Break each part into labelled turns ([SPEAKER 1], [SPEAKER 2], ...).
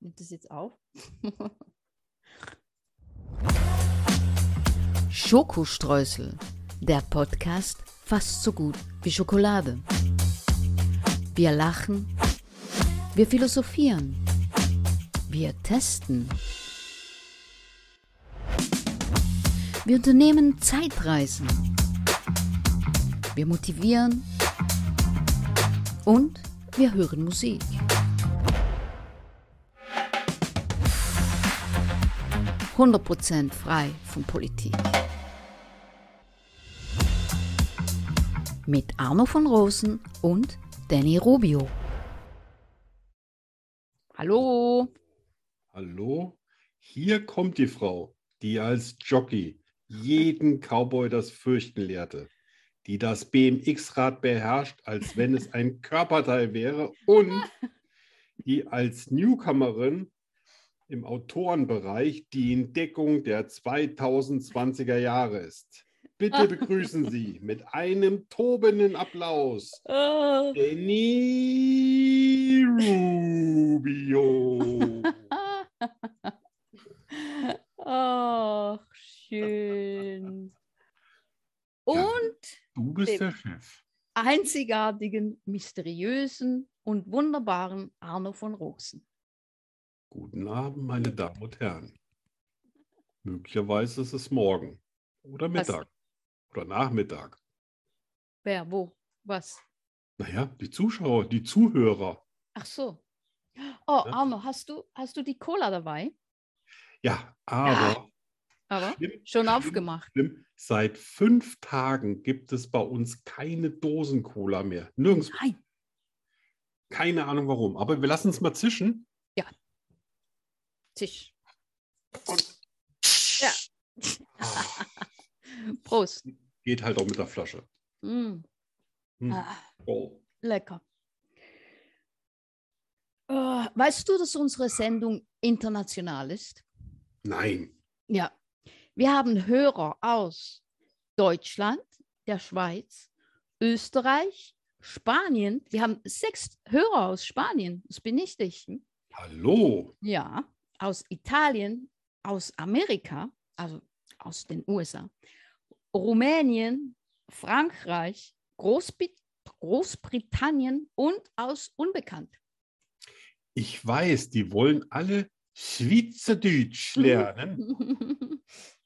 [SPEAKER 1] Nimmt das jetzt auf?
[SPEAKER 2] Schokostreusel, der Podcast fast so gut wie Schokolade. Wir lachen, wir philosophieren, wir testen. Wir unternehmen Zeitreisen. Wir motivieren und wir hören Musik. Prozent frei von Politik. Mit Arno von Rosen und Danny Rubio.
[SPEAKER 1] Hallo.
[SPEAKER 3] Hallo, hier kommt die Frau, die als Jockey jeden Cowboy das Fürchten lehrte, die das BMX-Rad beherrscht, als wenn es ein Körperteil wäre und die als Newcomerin im Autorenbereich die Entdeckung der 2020er Jahre ist. Bitte begrüßen Sie mit einem tobenden Applaus
[SPEAKER 1] Oh,
[SPEAKER 3] Danny Rubio.
[SPEAKER 1] ach, schön. Und
[SPEAKER 3] Du
[SPEAKER 1] bist der
[SPEAKER 3] Chef.
[SPEAKER 1] einzigartigen, mysteriösen und wunderbaren Arno von Rosen.
[SPEAKER 3] Guten Abend, meine Damen und Herren. Möglicherweise ist es morgen oder
[SPEAKER 1] Was?
[SPEAKER 3] Mittag oder Nachmittag.
[SPEAKER 1] Wer, wo, was?
[SPEAKER 3] Naja, die Zuschauer, die Zuhörer.
[SPEAKER 1] Ach so. Oh,
[SPEAKER 3] Ja.
[SPEAKER 1] Arno, hast du, hast du die Cola dabei?
[SPEAKER 3] Ja, aber
[SPEAKER 1] Aber
[SPEAKER 3] schlimm,
[SPEAKER 1] schon
[SPEAKER 3] schlimm,
[SPEAKER 1] aufgemacht.
[SPEAKER 3] schlimm, seit fünf Tagen gibt es bei uns keine Dosen-Cola mehr. Nirgends.
[SPEAKER 1] Nein.
[SPEAKER 3] Keine Ahnung warum. Aber wir lassen es mal zischen.
[SPEAKER 1] Tisch. Ja. Prost.
[SPEAKER 3] Ah, Geht halt auch mit der Flasche.
[SPEAKER 1] Mm.
[SPEAKER 3] Hm.
[SPEAKER 1] Ah.
[SPEAKER 3] Oh.
[SPEAKER 1] Lecker. Äh, weißt du, dass unsere Sendung international ist?
[SPEAKER 3] Nein.
[SPEAKER 1] Ja. Wir haben Hörer aus Deutschland, der Schweiz, Österreich, Spanien. Wir haben sechs Hörer aus Spanien. Das bin nicht ich. Hm?
[SPEAKER 3] Hallo.
[SPEAKER 1] Ja, aus Italien, aus Amerika, also aus den USA, Rumänien, Frankreich, Großbrit Großbritannien und aus Unbekannt.
[SPEAKER 3] Ich weiß, die wollen alle Schweizerdeutsch
[SPEAKER 1] Mhm.
[SPEAKER 3] lernen.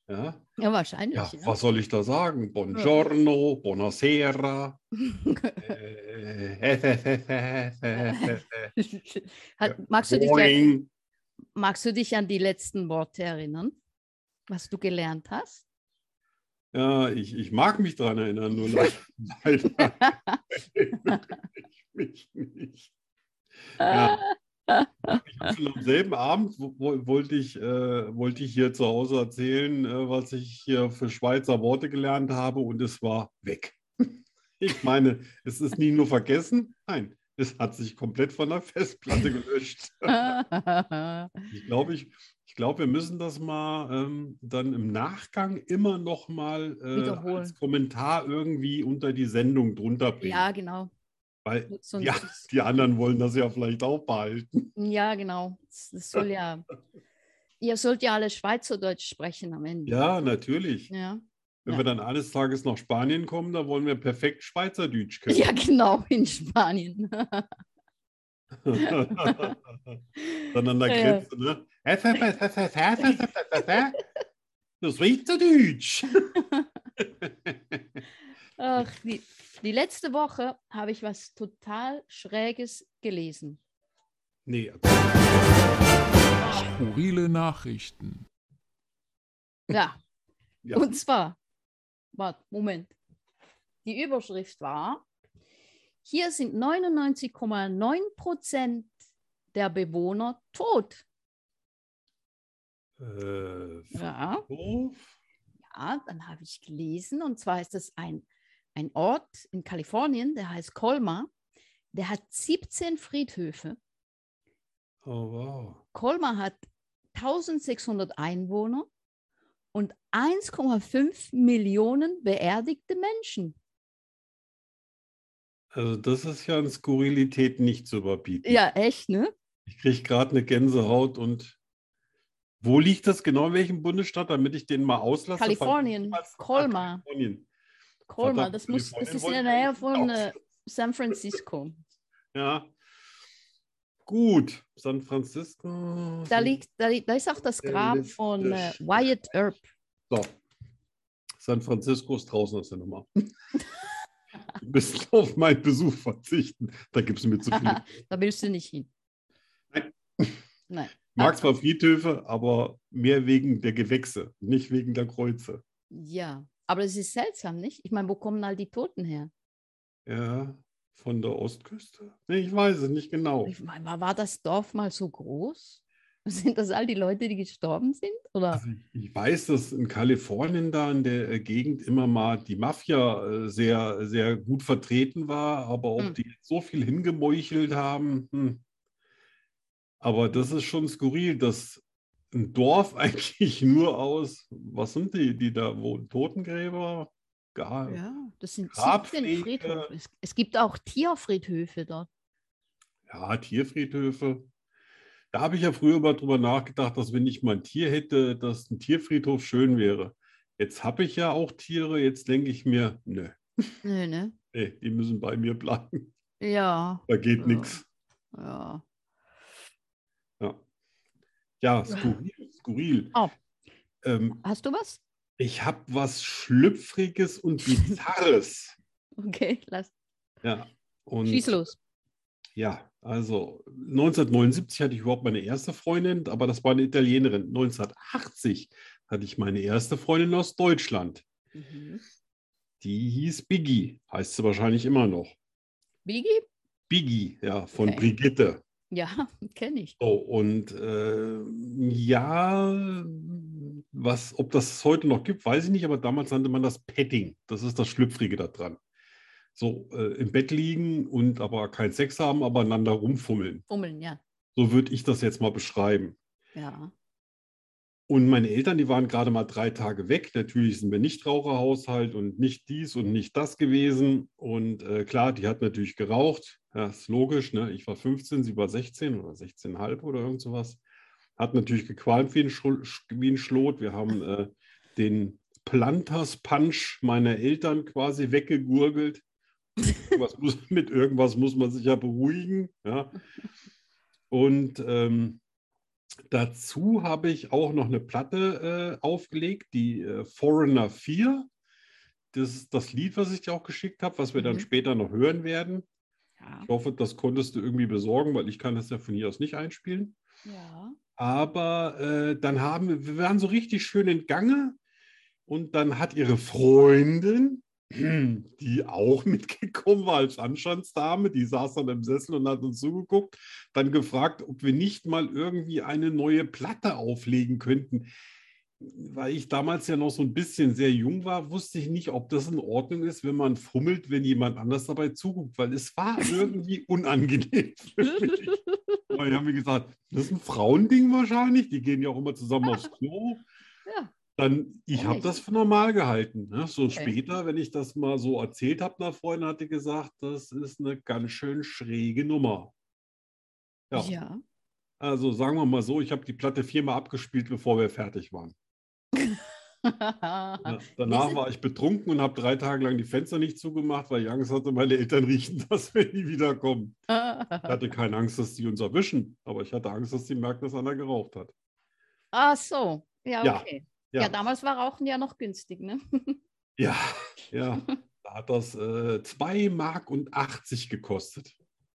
[SPEAKER 3] Ja.
[SPEAKER 1] ja, wahrscheinlich.
[SPEAKER 3] Ja,
[SPEAKER 1] ne?
[SPEAKER 3] was soll ich da sagen? Buongiorno, buonasera. Äh,
[SPEAKER 1] Hat, magst, du dich da,
[SPEAKER 3] Boing.
[SPEAKER 1] magst du dich an die letzten Worte erinnern, was du gelernt hast?
[SPEAKER 3] Ja, ich, ich mag mich daran erinnern, nur leider, leider erinnere ich mich nicht. Ja. Ich hab schon am selben Abend wo, wo, wollte, ich, äh, wollte ich hier zu Hause erzählen, äh, was ich hier für Schweizer Worte gelernt habe und es war weg. Ich meine, es ist nicht nur vergessen, nein, es hat sich komplett von der Festplatte gelöscht. Ich glaube, ich, ich glaub, wir müssen das mal ähm, dann im Nachgang immer noch mal äh,
[SPEAKER 1] Wiederholen.
[SPEAKER 3] als Kommentar irgendwie unter die Sendung drunter bringen.
[SPEAKER 1] ja, genau.
[SPEAKER 3] Weil
[SPEAKER 1] Sonst
[SPEAKER 3] Ja.
[SPEAKER 1] ist-
[SPEAKER 3] die anderen wollen das ja vielleicht auch behalten.
[SPEAKER 1] Ja, genau. Das das soll ja. Ihr sollt ja alle Schweizerdeutsch sprechen am Ende.
[SPEAKER 3] Ja, natürlich.
[SPEAKER 1] Ja,
[SPEAKER 3] Wenn
[SPEAKER 1] ja.
[SPEAKER 3] wir dann eines Tages nach Spanien kommen, dann wollen wir perfekt Schweizerdeutsch können.
[SPEAKER 1] ja genau, in Spanien.
[SPEAKER 3] dann an der
[SPEAKER 1] Ja.
[SPEAKER 3] Grenze, ne? Das Schweizerdeutsch.
[SPEAKER 1] Ach, die, die letzte Woche habe ich was total Schräges gelesen.
[SPEAKER 3] Nee, also,
[SPEAKER 4] Skurrile Nachrichten.
[SPEAKER 1] Ja.
[SPEAKER 3] Ja.
[SPEAKER 1] Und zwar, warte, Moment. Die Überschrift war, hier sind 99,9 Prozent der Bewohner tot.
[SPEAKER 3] äh,
[SPEAKER 1] Ja.
[SPEAKER 3] Friedhof?
[SPEAKER 1] Ja, dann habe ich gelesen, und zwar ist es ein, ein Ort in Kalifornien, der heißt Colmar. Der hat 17 Friedhöfe.
[SPEAKER 3] Oh, wow.
[SPEAKER 1] Colmar hat 1600 Einwohner und 1,5 Millionen beerdigte Menschen.
[SPEAKER 3] Also das ist ja an Skurrilität nicht zu überbieten.
[SPEAKER 1] Ja, echt, ne?
[SPEAKER 3] Ich kriege gerade eine Gänsehaut und wo liegt das genau? In welchem Bundesstaat, damit ich den mal auslasse?
[SPEAKER 1] Kalifornien,
[SPEAKER 3] Verdammt,
[SPEAKER 1] Colmar.
[SPEAKER 3] Ah, Kalifornien.
[SPEAKER 1] Colmar,
[SPEAKER 3] Verdammt,
[SPEAKER 1] das, muss, das ist
[SPEAKER 3] Kalifornien
[SPEAKER 1] in der
[SPEAKER 3] wollte ich
[SPEAKER 1] Nähe
[SPEAKER 3] eigentlich
[SPEAKER 1] von
[SPEAKER 3] auch.
[SPEAKER 1] äh, San Francisco.
[SPEAKER 3] Ja. Gut, San Francisco.
[SPEAKER 1] Da
[SPEAKER 3] San-
[SPEAKER 1] liegt, da, liegt, da ist auch das
[SPEAKER 3] Der
[SPEAKER 1] Grab
[SPEAKER 3] letzte
[SPEAKER 1] von äh, Wyatt Earp.
[SPEAKER 3] So. San Francisco ist draußen aus der Nummer. Wir müssen auf meinen Besuch verzichten. Da gibt es mir zu viel.
[SPEAKER 1] Da willst du nicht hin.
[SPEAKER 3] Nein.
[SPEAKER 1] Nein.
[SPEAKER 3] Mag zwar Friedhöfe, aber mehr wegen der Gewächse, nicht wegen der Kreuze.
[SPEAKER 1] Ja, aber es ist seltsam, nicht? Ich meine, wo kommen all die Toten her?
[SPEAKER 3] Ja, von der Ostküste? Nee, ich weiß es nicht genau.
[SPEAKER 1] Ich meine, war war das Dorf mal so groß? Sind das all die Leute, die gestorben sind? Oder?
[SPEAKER 3] Also ich- ich weiß, dass in Kalifornien da in der äh, Gegend immer mal die Mafia äh, sehr, sehr gut vertreten war, aber ob
[SPEAKER 1] Hm.
[SPEAKER 3] die jetzt so viel hingemeuchelt haben, hm. aber das ist schon skurril, dass ein Dorf eigentlich nur aus, was sind die, die da wohnen? Totengräber? Gar, ja.
[SPEAKER 1] Ja, das sind 17
[SPEAKER 3] Grabpflege.
[SPEAKER 1] Friedhöfe. Es, es gibt auch Tierfriedhöfe dort.
[SPEAKER 3] Tierfriedhöfe. Da habe ich ja früher mal drüber nachgedacht, dass wenn ich mal ein Tier hätte, dass ein Tierfriedhof schön wäre. Jetzt habe ich ja auch Tiere, jetzt denke ich mir, nö.
[SPEAKER 1] Nee, ne?
[SPEAKER 3] Nee, die müssen bei mir bleiben.
[SPEAKER 1] Ja,
[SPEAKER 3] Da geht
[SPEAKER 1] Ja.
[SPEAKER 3] nichts.
[SPEAKER 1] ja.
[SPEAKER 3] Ja, ja skurril. skurril.
[SPEAKER 1] Oh.
[SPEAKER 3] Ähm,
[SPEAKER 1] Hast du was?
[SPEAKER 3] ich habe was Schlüpfriges und Bizarres.
[SPEAKER 1] Okay, lass.
[SPEAKER 3] ja. Und,
[SPEAKER 1] Schieß los.
[SPEAKER 3] Ja, also 1979 hatte ich überhaupt meine erste Freundin, aber das war eine Italienerin. 1980 hatte ich meine erste Freundin aus Deutschland.
[SPEAKER 1] Mhm.
[SPEAKER 3] Die hieß Biggie, heißt sie wahrscheinlich immer noch.
[SPEAKER 1] Biggie?
[SPEAKER 3] Biggie, ja, von
[SPEAKER 1] Okay.
[SPEAKER 3] Brigitte.
[SPEAKER 1] Ja, kenne ich.
[SPEAKER 3] So, und äh, ja, was, ob das es heute noch gibt, weiß ich nicht, aber damals nannte man das Petting. Das ist das Schlüpfrige da dran. So äh, im Bett liegen und aber keinen Sex haben, aber einander rumfummeln.
[SPEAKER 1] Fummeln, ja.
[SPEAKER 3] So würde ich das jetzt mal beschreiben.
[SPEAKER 1] Ja.
[SPEAKER 3] Und meine Eltern, die waren gerade mal drei Tage weg. Natürlich sind wir nicht Raucherhaushalt und nicht dies und nicht das gewesen. Und äh, klar, die hat natürlich geraucht. Ja, ist logisch. Ne? Ich war 15, sie war 16 oder 16,5 oder irgend sowas. Hat natürlich gequalmt wie ein, Schul- Sch wie ein Schlot. Wir haben äh, den Planters Punch meiner Eltern quasi weggegurgelt. Irgendwas muss, mit irgendwas muss man sich ja beruhigen. Ja. Und ähm, Dazu habe ich auch noch eine Platte äh, aufgelegt, die äh, Foreigner 4. Das ist das Lied, was ich dir auch geschickt habe, was wir dann
[SPEAKER 1] Mhm.
[SPEAKER 3] später noch hören werden.
[SPEAKER 1] Ja.
[SPEAKER 3] Ich hoffe, das konntest du irgendwie besorgen, weil ich kann das ja von hier aus nicht einspielen.
[SPEAKER 1] Ja.
[SPEAKER 3] Aber äh, dann haben wir, wir waren so richtig schön in Gange und dann hat ihre Freundin, die auch mitgekommen war als Anstandsdame, die saß dann im Sessel und hat uns zugeguckt, dann gefragt, ob wir nicht mal irgendwie eine neue Platte auflegen könnten. Weil ich damals ja noch so ein bisschen sehr jung war, wusste ich nicht, ob das in Ordnung ist, wenn man fummelt, wenn jemand anders dabei zuguckt, weil es war irgendwie unangenehm für mich. Aber die haben mir gesagt, das ist ein Frauending wahrscheinlich. Die gehen ja auch immer zusammen aufs Klo.
[SPEAKER 1] Ah. Ja.
[SPEAKER 3] Dann, ich habe
[SPEAKER 1] Echt?
[SPEAKER 3] das für normal gehalten. Ne? So
[SPEAKER 1] Okay.
[SPEAKER 3] später, wenn ich das mal so erzählt habe, einer Freundin hatte gesagt, das ist eine ganz schön schräge Nummer. Ja,
[SPEAKER 1] ja.
[SPEAKER 3] also sagen wir mal so, ich habe die Platte viermal abgespielt, bevor wir fertig waren. Ja, danach
[SPEAKER 1] Ah, sind-
[SPEAKER 3] war ich betrunken und habe drei Tage lang die Fenster nicht zugemacht, weil ich Angst hatte, meine Eltern riechen, dass wir nie wiederkommen. Ich
[SPEAKER 1] Ah.
[SPEAKER 3] hatte keine Angst, dass die uns erwischen, aber ich hatte Angst, dass sie merken, dass einer geraucht hat.
[SPEAKER 1] Ach so. Ja,
[SPEAKER 3] Ja.
[SPEAKER 1] okay. Ja. damals war Rauchen ja noch günstig, ne?
[SPEAKER 3] Ja, ja. Da hat das äh, 2 Mark und 80 gekostet.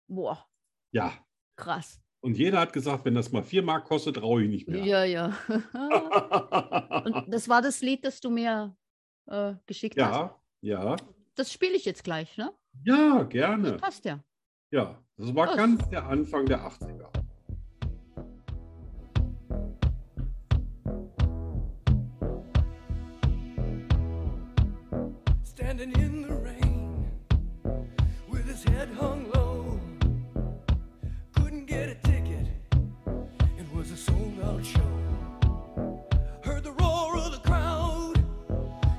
[SPEAKER 1] Boah,
[SPEAKER 3] Ja.
[SPEAKER 1] krass.
[SPEAKER 3] Und jeder hat gesagt, wenn das mal 4 Mark kostet, rauche ich nicht mehr.
[SPEAKER 1] Ja, ja. Und das war das Lied, das du mir äh, geschickt hast.
[SPEAKER 3] ja, ja.
[SPEAKER 1] Das spiele ich jetzt gleich, ne?
[SPEAKER 3] Ja,
[SPEAKER 1] Das
[SPEAKER 3] gerne.
[SPEAKER 1] passt ja.
[SPEAKER 3] Ja, das war
[SPEAKER 1] Das-
[SPEAKER 3] ganz der Anfang der 80er.
[SPEAKER 5] standing in the rain with his head hung low. Couldn't get a ticket, it was a sold out show. Heard the roar of the crowd,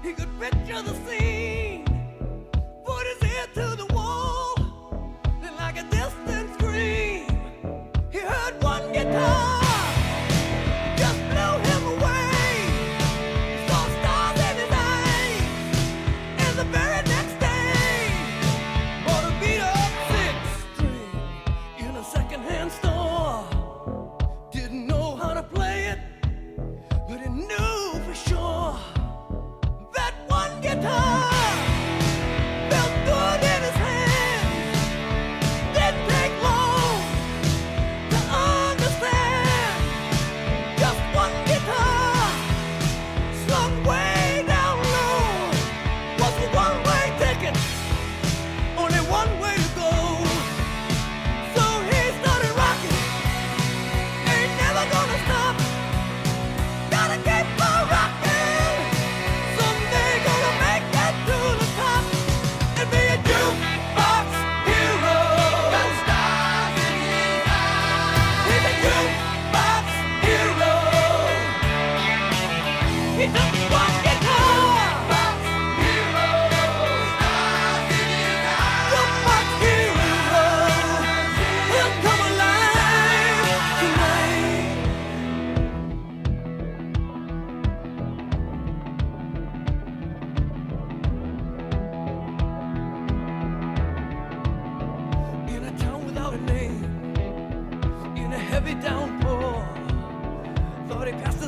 [SPEAKER 5] he could picture the scene. Put his ear to the wall, and like a distant scream, he heard one.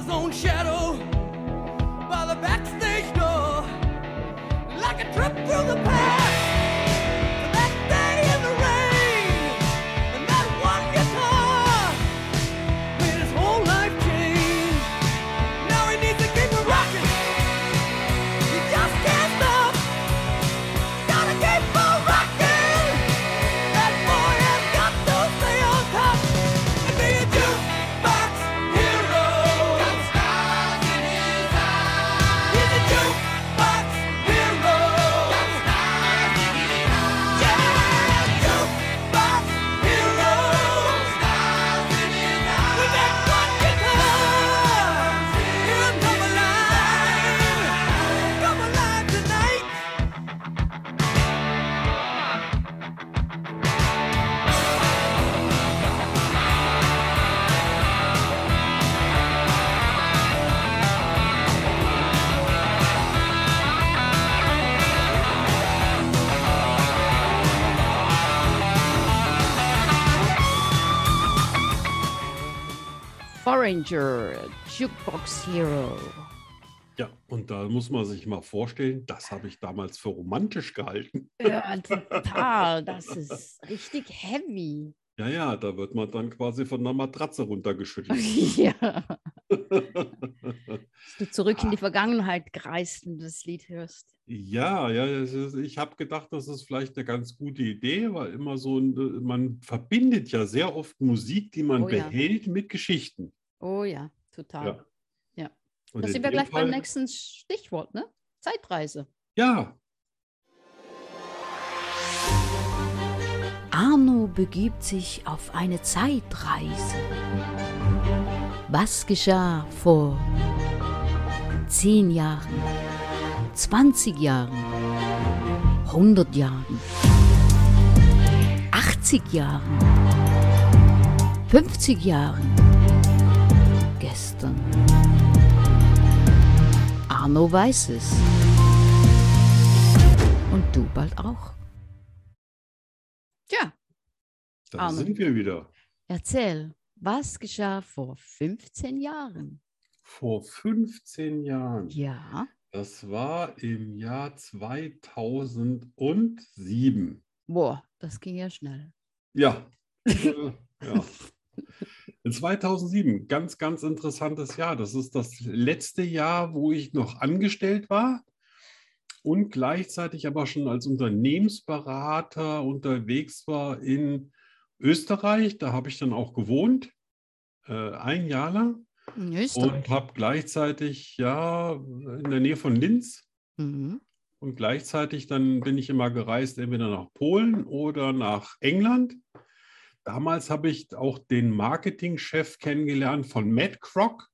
[SPEAKER 5] own shadow by the backstage door, like a trip through the past. to that day in the rain, and that one guitar made his whole life change. Now he needs to keep it rocking. He just can't stop. Gotta keep on rocking. That boy has got to stay on top and be a jukebox hero. Got stars in his eyes. He's a jukebox hero. Got stars in his eyes. Yeah, jukebox hero. Got stars in his eyes. With that one guitar, he'll come alive. Come alive tonight.
[SPEAKER 1] Foreigner, Jukebox Hero.
[SPEAKER 3] Ja, und da muss man sich mal vorstellen, das habe ich damals für romantisch gehalten.
[SPEAKER 1] Ja, total. Das ist richtig heavy.
[SPEAKER 3] Ja, ja, da wird man dann quasi von einer Matratze runtergeschüttelt.
[SPEAKER 1] ja. Dass du zurück in die Vergangenheit greist, wenn du das Lied hörst.
[SPEAKER 3] Ja, ja, es ist- ich habe gedacht, das ist vielleicht eine ganz gute Idee, weil immer so, ein- man verbindet ja sehr oft Musik, die man
[SPEAKER 1] Oh ja.
[SPEAKER 3] behält, mit Geschichten.
[SPEAKER 1] Oh ja, total.
[SPEAKER 3] Ja. Und
[SPEAKER 1] Da
[SPEAKER 3] in
[SPEAKER 1] sind wir
[SPEAKER 3] dem
[SPEAKER 1] gleich beim
[SPEAKER 3] Fall-
[SPEAKER 1] nächsten Stichwort, ne? Zeitreise.
[SPEAKER 3] Ja,
[SPEAKER 2] Arno begibt sich auf eine Zeitreise. Was geschah vor 10 Jahren, 20 Jahren, 100 Jahren, 80 Jahren, 50 Jahren, gestern? Arno weiß es. Und du bald auch.
[SPEAKER 1] Tja,
[SPEAKER 3] da
[SPEAKER 1] Arno.
[SPEAKER 3] sind wir wieder.
[SPEAKER 1] erzähl, was geschah vor 15 Jahren?
[SPEAKER 3] Vor 15 Jahren.
[SPEAKER 1] Ja,
[SPEAKER 3] Das war im Jahr 2007.
[SPEAKER 1] boah, das ging ja schnell.
[SPEAKER 3] Ja. äh, ja. In 2007, ganz, ganz interessantes Jahr. Das ist das letzte Jahr, wo ich noch angestellt war und gleichzeitig aber schon als Unternehmensberater unterwegs war in Österreich. Da habe ich dann auch gewohnt, äh, ein Jahr lang
[SPEAKER 1] In Österreich.
[SPEAKER 3] und habe gleichzeitig ja in der Nähe von Linz
[SPEAKER 1] Mhm.
[SPEAKER 3] und gleichzeitig dann bin ich immer gereist, entweder nach Polen oder nach England. Damals habe ich auch den Marketingchef kennengelernt von Matt Croc.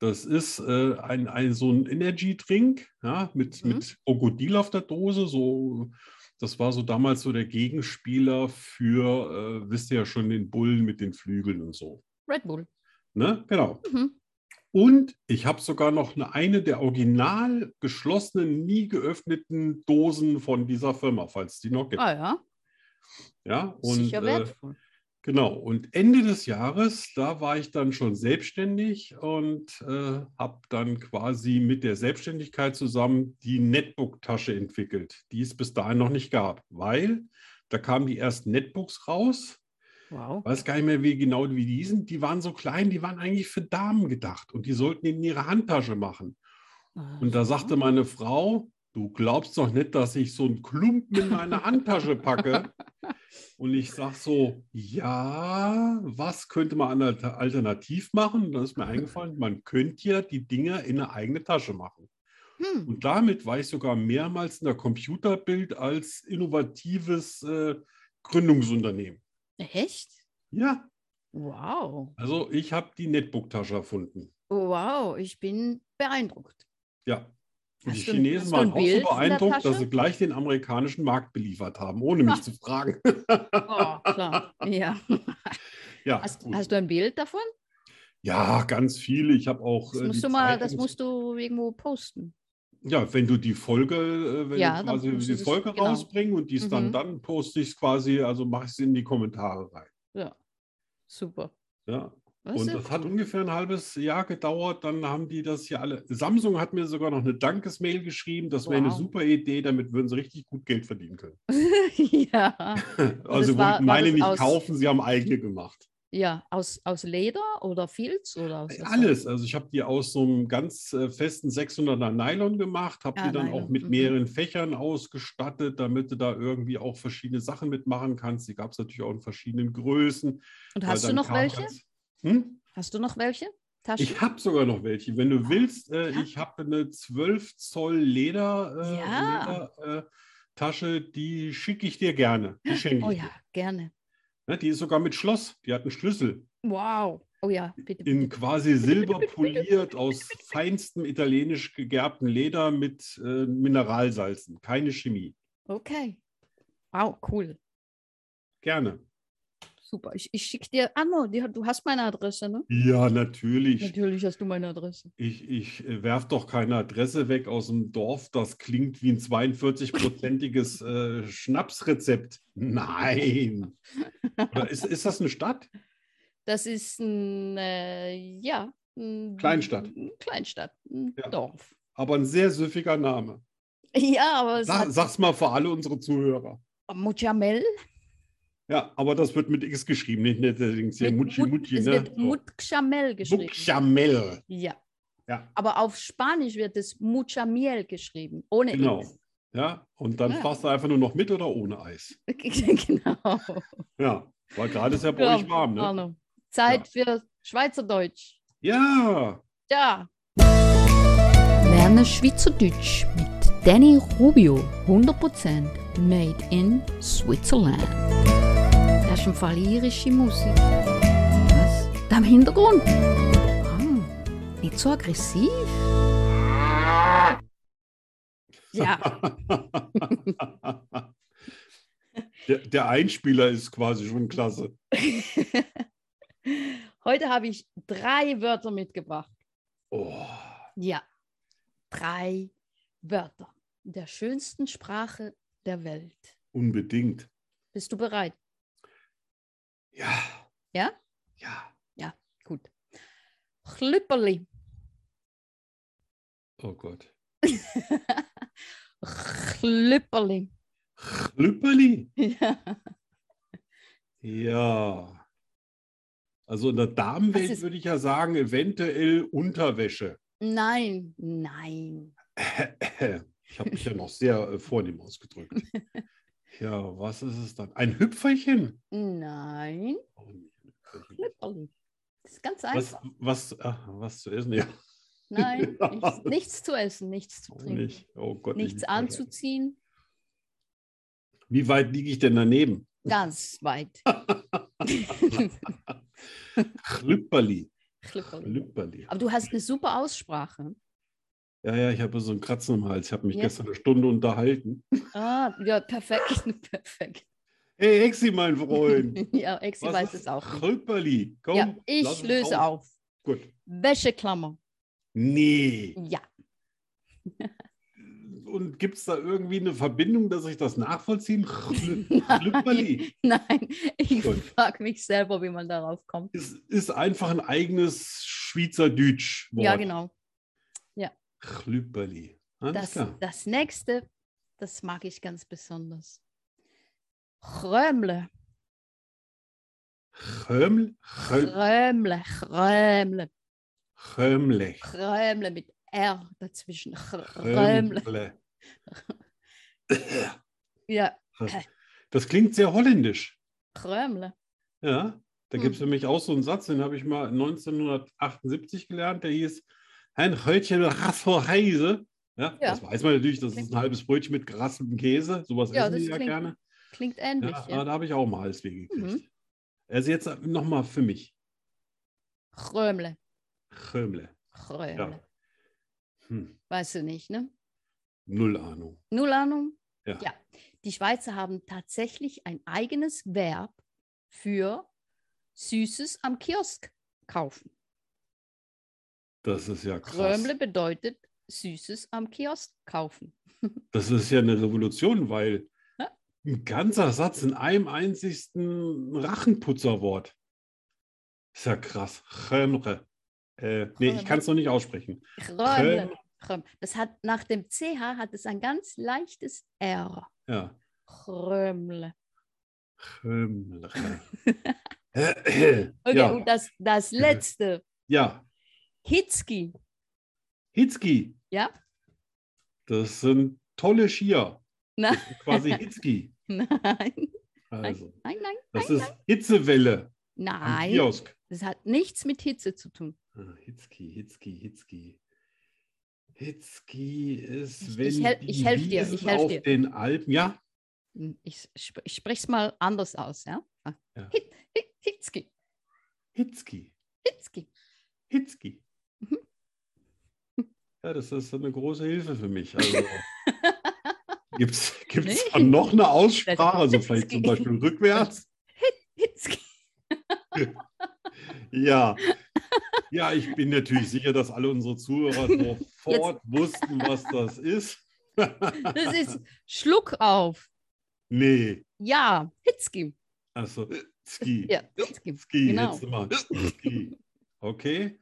[SPEAKER 3] Das ist äh, ein, ein so ein Energy-Drink ja, mit,
[SPEAKER 1] Mhm.
[SPEAKER 3] mit Krokodil auf der Dose. So, das war so damals so der Gegenspieler für, äh, wisst ihr ja schon, den Bullen mit den Flügeln und so.
[SPEAKER 1] Red Bull.
[SPEAKER 3] Ne? Genau.
[SPEAKER 1] Mhm.
[SPEAKER 3] Und ich habe sogar noch eine, eine der original geschlossenen, nie geöffneten Dosen von dieser Firma, falls es die noch gibt.
[SPEAKER 1] Ah ja,
[SPEAKER 3] ja, und
[SPEAKER 1] sicher
[SPEAKER 3] äh,
[SPEAKER 1] wertvoll.
[SPEAKER 3] genau. Und Ende des Jahres, da war ich dann schon selbstständig und äh, habe dann quasi mit der Selbstständigkeit zusammen die Netbook-Tasche entwickelt, die es bis dahin noch nicht gab, weil da kamen die ersten Netbooks raus
[SPEAKER 1] Wow.
[SPEAKER 3] weiß gar nicht mehr, wie genau wie die sind. Die waren so klein, die waren eigentlich für Damen gedacht und die sollten in ihre Handtasche machen. Und da sagte meine Frau, du glaubst doch nicht, dass ich so einen Klumpen in meine Handtasche packe. Und ich sag so, ja, was könnte man alter- alternativ machen? Und dann ist mir eingefallen, man könnte ja die Dinger in eine eigene Tasche machen.
[SPEAKER 1] Hm.
[SPEAKER 3] Und damit war ich sogar mehrmals in der Computerbild als innovatives äh, Gründungsunternehmen.
[SPEAKER 1] Echt?
[SPEAKER 3] Ja,
[SPEAKER 1] Wow.
[SPEAKER 3] also ich habe die Netbook-Tasche erfunden.
[SPEAKER 1] Oh, Wow, ich bin beeindruckt.
[SPEAKER 3] Ja. Und die
[SPEAKER 1] Hast du-
[SPEAKER 3] Chinesen
[SPEAKER 1] hast du ein
[SPEAKER 3] waren auch so
[SPEAKER 1] Bild in der
[SPEAKER 3] beeindruckt, dass
[SPEAKER 1] Tasche?
[SPEAKER 3] sie gleich den amerikanischen Markt beliefert haben, ohne mich zu fragen.
[SPEAKER 1] Oh, klar. Ja.
[SPEAKER 3] Ja,
[SPEAKER 1] Hast,
[SPEAKER 3] gut.
[SPEAKER 1] hast du ein Bild davon?
[SPEAKER 3] ja ganz viele. Ich habe auch.
[SPEAKER 1] Das
[SPEAKER 3] äh,
[SPEAKER 1] musst,
[SPEAKER 3] die
[SPEAKER 1] du mal, das
[SPEAKER 3] Zeitungs-
[SPEAKER 1] musst du irgendwo posten.
[SPEAKER 3] Ja, wenn du die Folge, äh, wenn
[SPEAKER 1] Ja,
[SPEAKER 3] du
[SPEAKER 1] dann
[SPEAKER 3] quasi
[SPEAKER 1] musst du
[SPEAKER 3] die
[SPEAKER 1] das-
[SPEAKER 3] Folge
[SPEAKER 1] genau.
[SPEAKER 3] rausbringen und dies dann,
[SPEAKER 1] Mhm.
[SPEAKER 3] dann poste ich es quasi, also mache ich es in die Kommentare rein.
[SPEAKER 1] Ja, super.
[SPEAKER 3] Ja.
[SPEAKER 1] Weißt
[SPEAKER 3] Und
[SPEAKER 1] du?
[SPEAKER 3] das hat ungefähr ein halbes Jahr gedauert. Dann haben die das hier alle. Samsung hat mir sogar noch eine Dankesmail geschrieben. Das wäre eine
[SPEAKER 1] Wow.
[SPEAKER 3] super Idee. Damit würden sie richtig gut Geld verdienen können.
[SPEAKER 1] ja. war-
[SPEAKER 3] Also wollten
[SPEAKER 1] war
[SPEAKER 3] meine
[SPEAKER 1] das
[SPEAKER 3] nicht
[SPEAKER 1] aus-
[SPEAKER 3] kaufen, sie haben eigene gemacht.
[SPEAKER 1] ja, aus, aus Leder oder Filz oder aus was war-
[SPEAKER 3] Alles. Also ich habe die aus so einem ganz äh, festen 600er Nylon gemacht, habe
[SPEAKER 1] Ja,
[SPEAKER 3] die dann
[SPEAKER 1] Nylon,
[SPEAKER 3] auch mit
[SPEAKER 1] mhm.
[SPEAKER 3] mehreren Fächern ausgestattet, damit du da irgendwie auch verschiedene Sachen mitmachen kannst. Die gab es natürlich auch in verschiedenen Größen.
[SPEAKER 1] Und
[SPEAKER 3] weil
[SPEAKER 1] hast du
[SPEAKER 3] dann
[SPEAKER 1] noch
[SPEAKER 3] kam
[SPEAKER 1] welche?
[SPEAKER 3] das- Hm?
[SPEAKER 1] Hast du noch welche? Taschen?
[SPEAKER 3] Ich habe sogar noch welche. Wenn du willst, äh,
[SPEAKER 1] Ah, ja.
[SPEAKER 3] ich habe eine 12 Zoll Leder, äh,
[SPEAKER 1] Ja.
[SPEAKER 3] Leder, äh, Tasche, die schicke ich dir gerne. Die schenke ich
[SPEAKER 1] oh
[SPEAKER 3] dir.
[SPEAKER 1] ja, gerne.
[SPEAKER 3] Ne, die ist sogar mit Schloss. Die hat einen Schlüssel.
[SPEAKER 1] Wow. Oh ja, bitte.
[SPEAKER 3] In quasi silber poliert, aus feinstem italienisch gegerbtem Leder mit äh, Mineralsalzen. Keine Chemie.
[SPEAKER 1] Okay. Wow, cool.
[SPEAKER 3] Gerne.
[SPEAKER 1] Super. Ich, ich schicke dir. Ah, no, die, hat- du hast meine Adresse, ne?
[SPEAKER 3] Ja, natürlich.
[SPEAKER 1] Natürlich hast du meine Adresse.
[SPEAKER 3] Ich, ich werfe doch keine Adresse weg aus dem Dorf. Das klingt wie ein 42-prozentiges äh, Schnapsrezept. Nein. Oder ist, ist das eine Stadt?
[SPEAKER 1] Das ist ein, äh, ja. Ein,
[SPEAKER 3] Kleinstadt.
[SPEAKER 1] Ein Kleinstadt. Ein
[SPEAKER 3] Ja.
[SPEAKER 1] Dorf.
[SPEAKER 3] Aber ein sehr süffiger Name.
[SPEAKER 1] Ja, aber es
[SPEAKER 3] Sag,
[SPEAKER 1] hat
[SPEAKER 3] sag's mal für alle unsere Zuhörer.
[SPEAKER 1] Mutjamel.
[SPEAKER 3] Ja, aber das wird mit X geschrieben, nicht mit äh, Dings hier,
[SPEAKER 1] Mit
[SPEAKER 3] Mutschi
[SPEAKER 1] Mut-
[SPEAKER 3] Mutschi.
[SPEAKER 1] es
[SPEAKER 3] Ne?
[SPEAKER 1] wird Mutjamel
[SPEAKER 3] So.
[SPEAKER 1] geschrieben.
[SPEAKER 3] Buchamel.
[SPEAKER 1] Ja.
[SPEAKER 3] Ja.
[SPEAKER 1] Aber auf Spanisch wird es Muchamiel geschrieben, ohne
[SPEAKER 3] Genau.
[SPEAKER 1] X.
[SPEAKER 3] Ja, und dann
[SPEAKER 1] Ja.
[SPEAKER 3] fährst du einfach nur noch mit oder ohne Eis.
[SPEAKER 1] genau.
[SPEAKER 3] Ja, weil gerade ist ja bei euch warm, ne?
[SPEAKER 1] Arno. Zeit für Schweizerdeutsch.
[SPEAKER 3] Ja,
[SPEAKER 1] Ja,
[SPEAKER 2] Lerne Schweizerdeutsch mit Danny Rubio.
[SPEAKER 1] 100% made in
[SPEAKER 2] Switzerland.
[SPEAKER 1] Das ist im Fall irische Musik.
[SPEAKER 2] Was? Da im Hintergrund? Ah, nicht so aggressiv.
[SPEAKER 1] Ja,
[SPEAKER 3] der, der Einspieler ist quasi schon klasse.
[SPEAKER 1] heute habe ich drei Wörter mitgebracht.
[SPEAKER 3] Oh,
[SPEAKER 1] Ja, drei Wörter in der schönsten Sprache der Welt.
[SPEAKER 3] unbedingt.
[SPEAKER 1] Bist du bereit?
[SPEAKER 3] Ja.
[SPEAKER 1] Ja?
[SPEAKER 3] Ja.
[SPEAKER 1] Gut. Chlüpperli,
[SPEAKER 3] Oh Gott.
[SPEAKER 1] Chlüpperli.
[SPEAKER 3] Lüpperli.
[SPEAKER 1] Ja.
[SPEAKER 3] Ja. Also in der
[SPEAKER 1] Das
[SPEAKER 3] Damenwelt
[SPEAKER 1] ist-
[SPEAKER 3] würde ich ja sagen, eventuell Unterwäsche.
[SPEAKER 1] Nein, nein.
[SPEAKER 3] Ich habe mich ja noch sehr äh, vornehm ausgedrückt. Ja, was ist es dann? Ein Hüpferchen?
[SPEAKER 1] Nein,
[SPEAKER 3] Oh, nee, ein Hüpferchen.
[SPEAKER 1] Knipperli. Das ist ganz
[SPEAKER 3] Was,
[SPEAKER 1] einfach.
[SPEAKER 3] was, ah, was zu essen? Ja,
[SPEAKER 1] Nein,
[SPEAKER 3] Ja.
[SPEAKER 1] nichts, nichts zu essen, nichts zu
[SPEAKER 3] auch
[SPEAKER 1] trinken,
[SPEAKER 3] nicht. Oh Gott. ich
[SPEAKER 1] nichts
[SPEAKER 3] lieg da-
[SPEAKER 1] anzuziehen.
[SPEAKER 3] Wie weit liege ich denn daneben?
[SPEAKER 1] Ganz weit.
[SPEAKER 3] Chlüpperli.
[SPEAKER 1] Chlüpperli.
[SPEAKER 3] Chlüpperli.
[SPEAKER 1] Aber du hast eine super Aussprache.
[SPEAKER 3] Ja, ja, ich habe so einen Kratzen im Hals. Ich habe mich
[SPEAKER 1] Ja.
[SPEAKER 3] gestern eine Stunde unterhalten.
[SPEAKER 1] Ah, ja, perfekt, perfekt.
[SPEAKER 3] Hey, Exi, mein Freund.
[SPEAKER 1] Ja, Exi
[SPEAKER 3] was
[SPEAKER 1] weiß
[SPEAKER 3] ist
[SPEAKER 1] es auch. nicht.
[SPEAKER 3] Chlüpperli. Komm,
[SPEAKER 1] Ja,
[SPEAKER 3] lass
[SPEAKER 1] ich
[SPEAKER 3] uns
[SPEAKER 1] löse
[SPEAKER 3] auf.
[SPEAKER 1] auf.
[SPEAKER 3] Gut.
[SPEAKER 1] Wäscheklammer.
[SPEAKER 3] Nee.
[SPEAKER 1] Ja,
[SPEAKER 3] Und gibt es da irgendwie eine Verbindung, dass ich das nachvollziehen? Chl- Chlüpperli
[SPEAKER 1] nein, ich
[SPEAKER 3] Gut.
[SPEAKER 1] frage mich selber, wie man darauf kommt.
[SPEAKER 3] ist, ist einfach ein eigenes Schweizerdeutsch.
[SPEAKER 1] Ja, genau.
[SPEAKER 3] Chlüpperli. Alles
[SPEAKER 1] Das,
[SPEAKER 3] klar.
[SPEAKER 1] das nächste, das mag ich ganz besonders. Krömle.
[SPEAKER 3] Chöml, Chöl-
[SPEAKER 1] Krömle, Krömle,
[SPEAKER 3] Chömlech.
[SPEAKER 1] Krömle mit R dazwischen. Krömle.
[SPEAKER 3] Chömle.
[SPEAKER 1] Ja,
[SPEAKER 3] Das klingt sehr holländisch.
[SPEAKER 1] Krömle.
[SPEAKER 3] Ja, da
[SPEAKER 1] Hm.
[SPEAKER 3] gibt es nämlich auch so einen Satz, den habe ich mal 1978 gelernt, der hieß ein Häutchen Rasselkäse. Ja,
[SPEAKER 1] Ja.
[SPEAKER 3] das weiß man natürlich, das ist
[SPEAKER 1] Klingt-
[SPEAKER 3] ein halbes Brötchen mit gerasseltem Käse, sowas
[SPEAKER 1] Ja,
[SPEAKER 3] essen
[SPEAKER 1] das
[SPEAKER 3] die ja
[SPEAKER 1] klingt
[SPEAKER 3] gerne.
[SPEAKER 1] Klingt ähnlich.
[SPEAKER 3] Ja, ah.
[SPEAKER 1] Ja,
[SPEAKER 3] aber da habe ich auch mal Halsweh
[SPEAKER 1] Mhm.
[SPEAKER 3] gekriegt. Also jetzt nochmal für mich.
[SPEAKER 1] Krömle,
[SPEAKER 3] Krömle.
[SPEAKER 1] Krömle.
[SPEAKER 3] Ja. Hm,
[SPEAKER 1] Weißt du nicht, ne?
[SPEAKER 3] null Ahnung.
[SPEAKER 1] Null Ahnung.
[SPEAKER 3] Ja.
[SPEAKER 1] Ja. Die Schweizer haben tatsächlich ein eigenes Verb für Süßes am Kiosk kaufen.
[SPEAKER 3] Das ist ja krass.
[SPEAKER 1] Krömle bedeutet Süßes am Kiosk kaufen.
[SPEAKER 3] Das ist ja eine Revolution, weil
[SPEAKER 1] Ja.
[SPEAKER 3] ein ganzer Satz in einem einzigsten Rachenputzerwort. Ist ja krass. Chömre. Äh, nee, ich kann es noch nicht aussprechen.
[SPEAKER 1] Chrömle. Chröm. Das hat nach dem CH hat es ein ganz leichtes R.
[SPEAKER 3] Ja.
[SPEAKER 1] Chrömle.
[SPEAKER 3] Chömre. Äh, äh,
[SPEAKER 1] Okay,
[SPEAKER 3] ja. Mhm.
[SPEAKER 1] und das, das letzte.
[SPEAKER 3] ja,
[SPEAKER 1] Hitzki.
[SPEAKER 3] Hitzki.
[SPEAKER 1] Ja.
[SPEAKER 3] Das sind tolle Skier.
[SPEAKER 1] Na.
[SPEAKER 3] Das sind quasi Hitzki.
[SPEAKER 1] Nein, nein,
[SPEAKER 3] Also,
[SPEAKER 1] nein, nein.
[SPEAKER 3] das ist Hitzewelle am
[SPEAKER 1] Nein,
[SPEAKER 3] Kiosk.
[SPEAKER 1] das hat nichts mit Hitze zu tun.
[SPEAKER 3] Ah, Hitzki, Hitzki, Hitzki. Hitzki
[SPEAKER 1] Ich-
[SPEAKER 3] ist,
[SPEAKER 1] ich
[SPEAKER 3] wenn
[SPEAKER 1] helf-
[SPEAKER 3] die
[SPEAKER 1] ich helf dir, ich
[SPEAKER 3] Wiesen
[SPEAKER 1] helf
[SPEAKER 3] auf
[SPEAKER 1] dir.
[SPEAKER 3] den Alpen, ja,
[SPEAKER 1] Hm, Ich, sp ich spreche es mal anders aus. Ja? Ah,
[SPEAKER 3] Ja.
[SPEAKER 1] Hit, hit, Hitzki,
[SPEAKER 3] Hitzki,
[SPEAKER 1] Hitzki.
[SPEAKER 3] Hitzki.
[SPEAKER 1] Mhm.
[SPEAKER 3] Ja, das ist eine große Hilfe für mich. Also, Gibt es
[SPEAKER 1] Nee.
[SPEAKER 3] da noch eine Aussprache, also vielleicht
[SPEAKER 1] Hitzki.
[SPEAKER 3] zum Beispiel rückwärts?
[SPEAKER 1] Hitzki.
[SPEAKER 3] Ja. Ja, ich bin natürlich sicher, dass alle unsere Zuhörer sofort wussten, was das ist.
[SPEAKER 1] Das ist Schluck auf.
[SPEAKER 3] Nee,
[SPEAKER 1] Ja, Hitzki.
[SPEAKER 3] also Ski.
[SPEAKER 1] Ja, Hitzki.
[SPEAKER 3] Ski,
[SPEAKER 1] genau.
[SPEAKER 3] jetzt mal. Ski. Okay.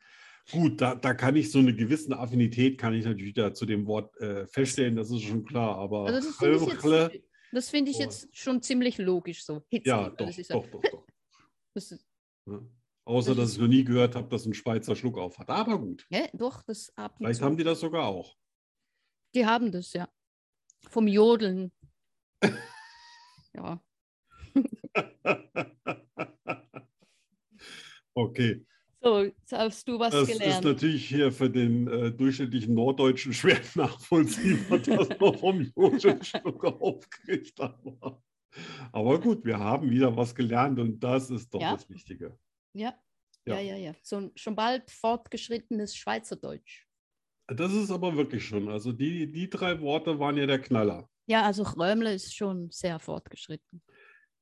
[SPEAKER 3] Gut, da, da kann ich so eine gewisse Affinität, kann ich natürlich da zu dem Wort äh, feststellen, das ist schon klar, aber
[SPEAKER 1] Also das finde ich,
[SPEAKER 3] Römle-
[SPEAKER 1] jetzt- das finde ich
[SPEAKER 3] Oh.
[SPEAKER 1] jetzt schon ziemlich logisch so. Hitzki.
[SPEAKER 3] ja,
[SPEAKER 1] Also
[SPEAKER 3] doch,
[SPEAKER 1] das ist ja-
[SPEAKER 3] doch, doch, doch.
[SPEAKER 1] Das ist,
[SPEAKER 3] Ne? Außer,
[SPEAKER 1] Das
[SPEAKER 3] dass ich noch nie gehört habe, dass ein Schweizer Schluck auf hat. Aber gut,
[SPEAKER 1] ja, doch, das ab und
[SPEAKER 3] vielleicht
[SPEAKER 1] zu.
[SPEAKER 3] haben die das sogar auch.
[SPEAKER 1] Die haben das, ja. Vom Jodeln. ja.
[SPEAKER 3] Okay,
[SPEAKER 1] So, jetzt hast du was
[SPEAKER 3] das ist
[SPEAKER 1] gelernt.
[SPEAKER 3] natürlich hier für den äh, durchschnittlichen Norddeutschen schwer nachvollziehbar, dass man vom Jodelschluck aufkriegt. Aber, aber gut, wir haben wieder was gelernt und das ist doch
[SPEAKER 1] Ja.
[SPEAKER 3] das Wichtige.
[SPEAKER 1] Ja.
[SPEAKER 3] Ja.
[SPEAKER 1] Ja, ja, ja. So ein schon bald fortgeschrittenes Schweizerdeutsch.
[SPEAKER 3] Das ist aber wirklich schon, also die, die drei Worte waren ja der Knaller.
[SPEAKER 1] Ja, also Römle ist schon sehr fortgeschritten.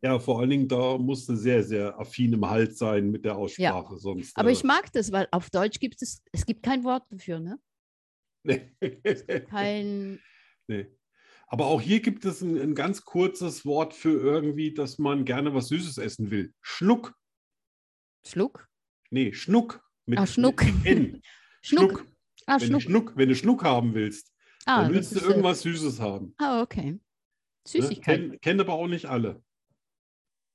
[SPEAKER 3] Ja, vor allen Dingen, da musste sehr, sehr affin im Hals sein mit der Aussprache. Sonst,
[SPEAKER 1] Aber
[SPEAKER 3] äh,
[SPEAKER 1] ich mag das, weil auf Deutsch gibt es, es gibt kein Wort dafür, ne? Kein,
[SPEAKER 3] äh, Nee. Aber auch hier gibt es ein, ein ganz kurzes Wort für irgendwie, dass man gerne was Süßes essen will. Schluck.
[SPEAKER 1] Schluck?
[SPEAKER 3] Nee, Schnuck. Mit,
[SPEAKER 1] Ah, Schnuck.
[SPEAKER 3] Mit N.
[SPEAKER 1] Schnuck.
[SPEAKER 3] Schnuck.
[SPEAKER 1] Ah,
[SPEAKER 3] Wenn, du
[SPEAKER 1] Schnuck.
[SPEAKER 3] Schnuck. wenn du Schnuck haben willst,
[SPEAKER 1] ah,
[SPEAKER 3] dann
[SPEAKER 1] das
[SPEAKER 3] willst du
[SPEAKER 1] ist, äh, halt.
[SPEAKER 3] irgendwas Süßes haben.
[SPEAKER 1] ah, okay.
[SPEAKER 3] Ne?
[SPEAKER 1] Süßigkeit.
[SPEAKER 3] Kennen kenn aber auch nicht alle.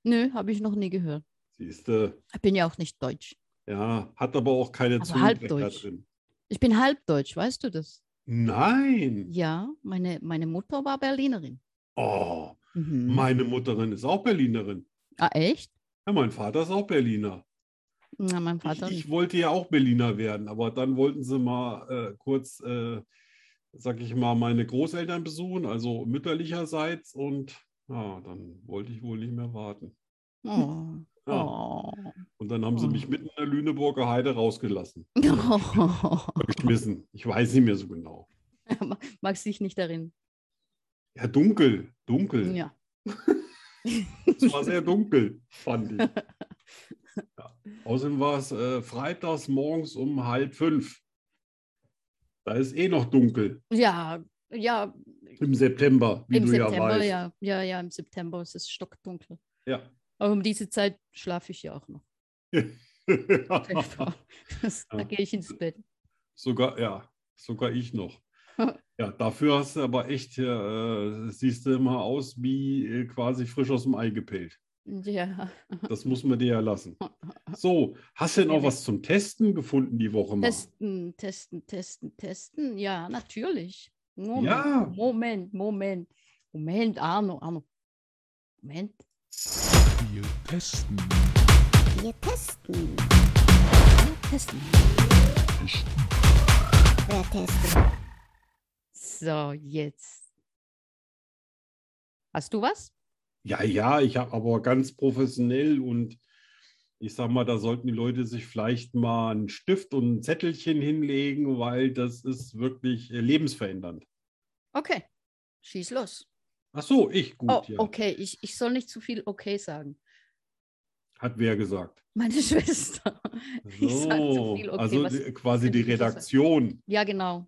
[SPEAKER 1] Nö, habe ich noch nie gehört.
[SPEAKER 3] Siehst du.
[SPEAKER 1] Ich bin ja auch nicht deutsch.
[SPEAKER 3] Ja, hat aber auch keine
[SPEAKER 1] Also
[SPEAKER 3] Zungenbrecher
[SPEAKER 1] halbdeutsch.
[SPEAKER 3] drin.
[SPEAKER 1] Ich bin halbdeutsch, weißt du das?
[SPEAKER 3] Nein.
[SPEAKER 1] Ja, meine, meine Mutter war Berlinerin.
[SPEAKER 3] Oh,
[SPEAKER 1] Mhm.
[SPEAKER 3] meine Mutterin ist auch Berlinerin.
[SPEAKER 1] ah, echt?
[SPEAKER 3] Ja, mein Vater ist auch Berliner.
[SPEAKER 1] Na, mein
[SPEAKER 3] Ich,
[SPEAKER 1] Vater
[SPEAKER 3] ich
[SPEAKER 1] nicht.
[SPEAKER 3] wollte ja auch Berliner werden, aber dann wollten sie mal äh, kurz, äh, sag ich mal, meine Großeltern besuchen, also mütterlicherseits. Und ja, dann wollte ich wohl nicht mehr warten.
[SPEAKER 1] Oh.
[SPEAKER 3] Ja.
[SPEAKER 1] Oh.
[SPEAKER 3] Und dann haben sie
[SPEAKER 1] Oh.
[SPEAKER 3] mich mitten in der Lüneburger Heide rausgelassen.
[SPEAKER 1] Oh.
[SPEAKER 3] Geschmissen. Ich weiß nicht mehr so genau.
[SPEAKER 1] Magst dich nicht darin?
[SPEAKER 3] Ja, dunkel, dunkel.
[SPEAKER 1] Ja.
[SPEAKER 3] Es war sehr dunkel, fand ich. Ja. Außerdem war es äh, freitags morgens um halb fünf. Da ist eh noch dunkel
[SPEAKER 1] Ja, ja,
[SPEAKER 3] im September, wie
[SPEAKER 1] im
[SPEAKER 3] du ja
[SPEAKER 1] September,
[SPEAKER 3] weißt.
[SPEAKER 1] ja, ja, ja, im September ist es stockdunkel.
[SPEAKER 3] Ja.
[SPEAKER 1] Aber um diese Zeit schlafe ich ja auch noch. Das,
[SPEAKER 3] Ja.
[SPEAKER 1] Da gehe ich ins Bett.
[SPEAKER 3] sogar, ja, sogar ich noch. Ja, dafür hast du aber echt, äh, siehst du immer aus wie äh, quasi frisch aus dem Ei gepellt.
[SPEAKER 1] Ja.
[SPEAKER 3] Das muss man dir ja lassen. So, hast du denn auch was zum Testen gefunden die Woche mal?
[SPEAKER 1] Testen, testen, testen, testen. Ja, natürlich. Moment,
[SPEAKER 3] Ja.
[SPEAKER 1] Moment, Moment. Moment, Arno, Arno. Moment.
[SPEAKER 4] Wir testen.
[SPEAKER 1] Testen. So, jetzt. Hast du was?
[SPEAKER 3] Ja, ja, ich habe aber ganz professionell und ich sag mal, da sollten die Leute sich vielleicht mal einen Stift und ein Zettelchen hinlegen, weil das ist wirklich äh, lebensverändernd.
[SPEAKER 1] Okay. Schieß los.
[SPEAKER 3] Ach so, ich gut,
[SPEAKER 1] oh,
[SPEAKER 3] ja.
[SPEAKER 1] okay. Ich, ich soll nicht zu viel okay sagen.
[SPEAKER 3] Hat wer gesagt.
[SPEAKER 1] Meine Schwester. Ich sag zu
[SPEAKER 3] So,
[SPEAKER 1] viel, okay,
[SPEAKER 3] also
[SPEAKER 1] was
[SPEAKER 3] die- quasi
[SPEAKER 1] könnte
[SPEAKER 3] die
[SPEAKER 1] ich noch sagen?
[SPEAKER 3] Redaktion.
[SPEAKER 1] Ja, genau.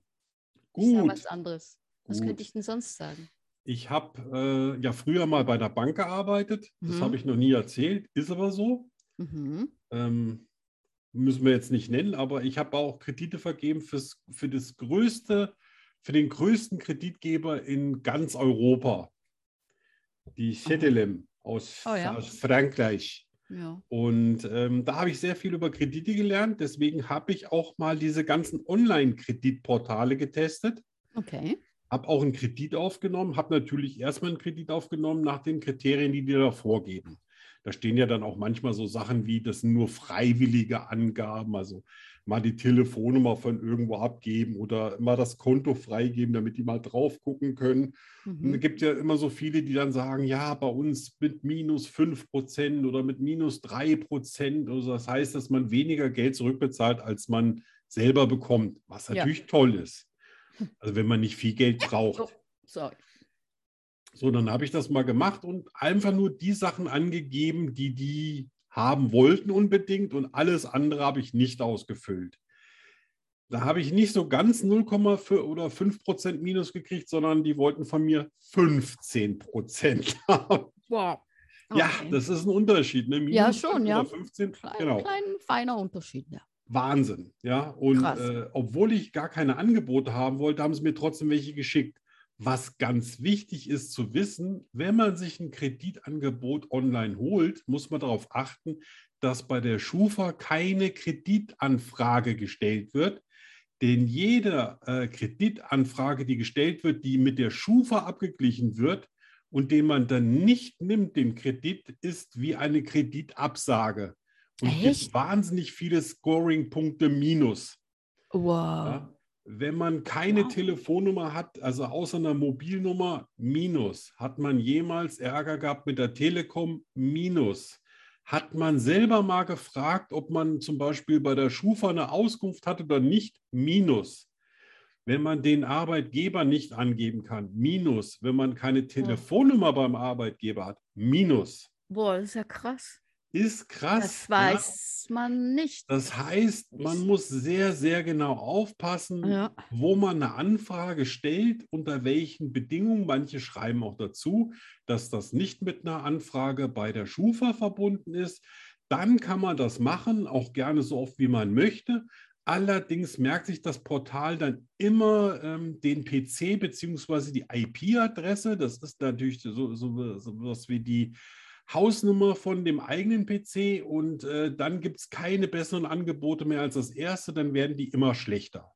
[SPEAKER 1] Ich sag
[SPEAKER 3] Gut,
[SPEAKER 1] was anderes. Was
[SPEAKER 3] gut.
[SPEAKER 1] könnte ich denn sonst sagen?
[SPEAKER 3] Ich habe äh, ja früher mal bei der Bank gearbeitet. Das
[SPEAKER 1] Mhm.
[SPEAKER 3] habe ich noch nie erzählt, ist aber so.
[SPEAKER 1] Mhm.
[SPEAKER 3] Ähm, müssen wir jetzt nicht nennen, aber ich habe auch Kredite vergeben fürs, für das größte, für den größten Kreditgeber in ganz Europa. Die Cetelem aus,
[SPEAKER 1] Mhm. Oh ja.
[SPEAKER 3] aus Frankreich.
[SPEAKER 1] Ja.
[SPEAKER 3] Und ähm, da habe ich sehr viel über Kredite gelernt. Deswegen habe ich auch mal diese ganzen Online-Kreditportale getestet.
[SPEAKER 1] Okay.
[SPEAKER 3] Habe auch einen Kredit aufgenommen, habe natürlich erstmal einen Kredit aufgenommen nach den Kriterien, die dir da vorgeben. Da stehen ja dann auch manchmal so Sachen wie, das sind nur freiwillige Angaben, also mal die Telefonnummer von irgendwo abgeben oder mal das Konto freigeben, damit die mal drauf gucken können. Und
[SPEAKER 1] Mhm.
[SPEAKER 3] Es gibt ja immer so viele, die dann sagen, ja, bei uns mit minus 5% oder mit minus 3%. Also das heißt, dass man weniger Geld zurückbezahlt, als man selber bekommt, was
[SPEAKER 1] Ja.
[SPEAKER 3] natürlich toll ist. Also wenn man nicht viel Geld braucht.
[SPEAKER 1] Sorry.
[SPEAKER 3] So, dann habe ich das mal gemacht und einfach nur die Sachen angegeben, die die haben wollten unbedingt und alles andere habe ich nicht ausgefüllt. Da habe ich nicht so ganz 0,4 oder 5 Prozent Minus gekriegt, sondern die wollten von mir 15 Prozent haben.
[SPEAKER 1] Wow.
[SPEAKER 3] Ja,
[SPEAKER 1] Okay.
[SPEAKER 3] das ist ein Unterschied. Ne?
[SPEAKER 1] Ja, schon,
[SPEAKER 3] oder
[SPEAKER 1] ja.
[SPEAKER 3] 15,
[SPEAKER 1] Klein,
[SPEAKER 3] genau.
[SPEAKER 1] klein, feiner Unterschied, ja.
[SPEAKER 3] Wahnsinn, ja. Und
[SPEAKER 1] Krass.
[SPEAKER 3] äh, obwohl ich gar keine Angebote haben wollte, haben sie mir trotzdem welche geschickt. Was ganz wichtig ist zu wissen, wenn man sich ein Kreditangebot online holt, muss man darauf achten, dass bei der Schufa keine Kreditanfrage gestellt wird. Denn jede äh, Kreditanfrage, die gestellt wird, die mit der Schufa abgeglichen wird und den man dann nicht nimmt, den Kredit, ist wie eine Kreditabsage. Und
[SPEAKER 1] Echt?
[SPEAKER 3] gibt wahnsinnig viele Scoring-Punkte minus.
[SPEAKER 1] Wow.
[SPEAKER 3] Ja? Wenn man keine
[SPEAKER 1] Ah. Wow.
[SPEAKER 3] Telefonnummer hat, also außer einer Mobilnummer, minus. Hat man jemals Ärger gehabt mit der Telekom, minus. Hat man selber mal gefragt, ob man zum Beispiel bei der Schufa eine Auskunft hat oder nicht, minus. Wenn man den Arbeitgeber nicht angeben kann, minus. Wenn man keine Telefonnummer beim Arbeitgeber hat, minus.
[SPEAKER 1] Boah, das ist ja krass.
[SPEAKER 3] Ist krass.
[SPEAKER 1] Das
[SPEAKER 3] ja.
[SPEAKER 1] weiß man nicht.
[SPEAKER 3] Das heißt, man muss sehr, sehr genau aufpassen,
[SPEAKER 1] Ja.
[SPEAKER 3] wo man eine Anfrage stellt, unter welchen Bedingungen. Manche schreiben auch dazu, dass das nicht mit einer Anfrage bei der Schufa verbunden ist. Dann kann man das machen, auch gerne so oft, wie man möchte. Allerdings merkt sich das Portal dann immer ähm, den PC bzw. die IP-Adresse. Das ist natürlich so, so, so was wie die Hausnummer von dem eigenen PC und äh, dann gibt es keine besseren Angebote mehr als das erste, dann werden die immer schlechter.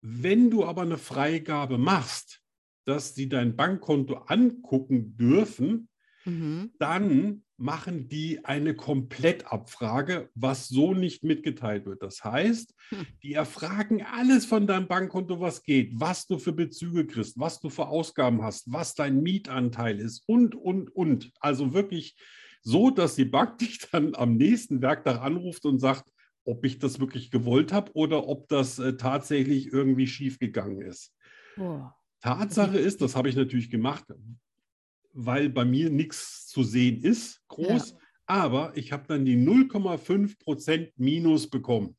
[SPEAKER 3] Wenn du aber eine Freigabe machst, dass sie dein Bankkonto angucken dürfen,
[SPEAKER 1] Mhm.
[SPEAKER 3] dann machen die eine Komplettabfrage, was so nicht mitgeteilt wird. Das heißt,
[SPEAKER 1] Hm.
[SPEAKER 3] die erfragen alles von deinem Bankkonto, was geht, was du für Bezüge kriegst, was du für Ausgaben hast, was dein Mietanteil ist und, und, und. Also wirklich so, dass die Bank dich dann am nächsten Werktag anruft und sagt, ob ich das wirklich gewollt habe oder ob das äh, tatsächlich irgendwie schiefgegangen ist.
[SPEAKER 1] Boah.
[SPEAKER 3] Tatsache ist, das habe ich natürlich gemacht, weil bei mir nichts zu sehen ist, groß, aber ich habe dann die 0,5% Minus bekommen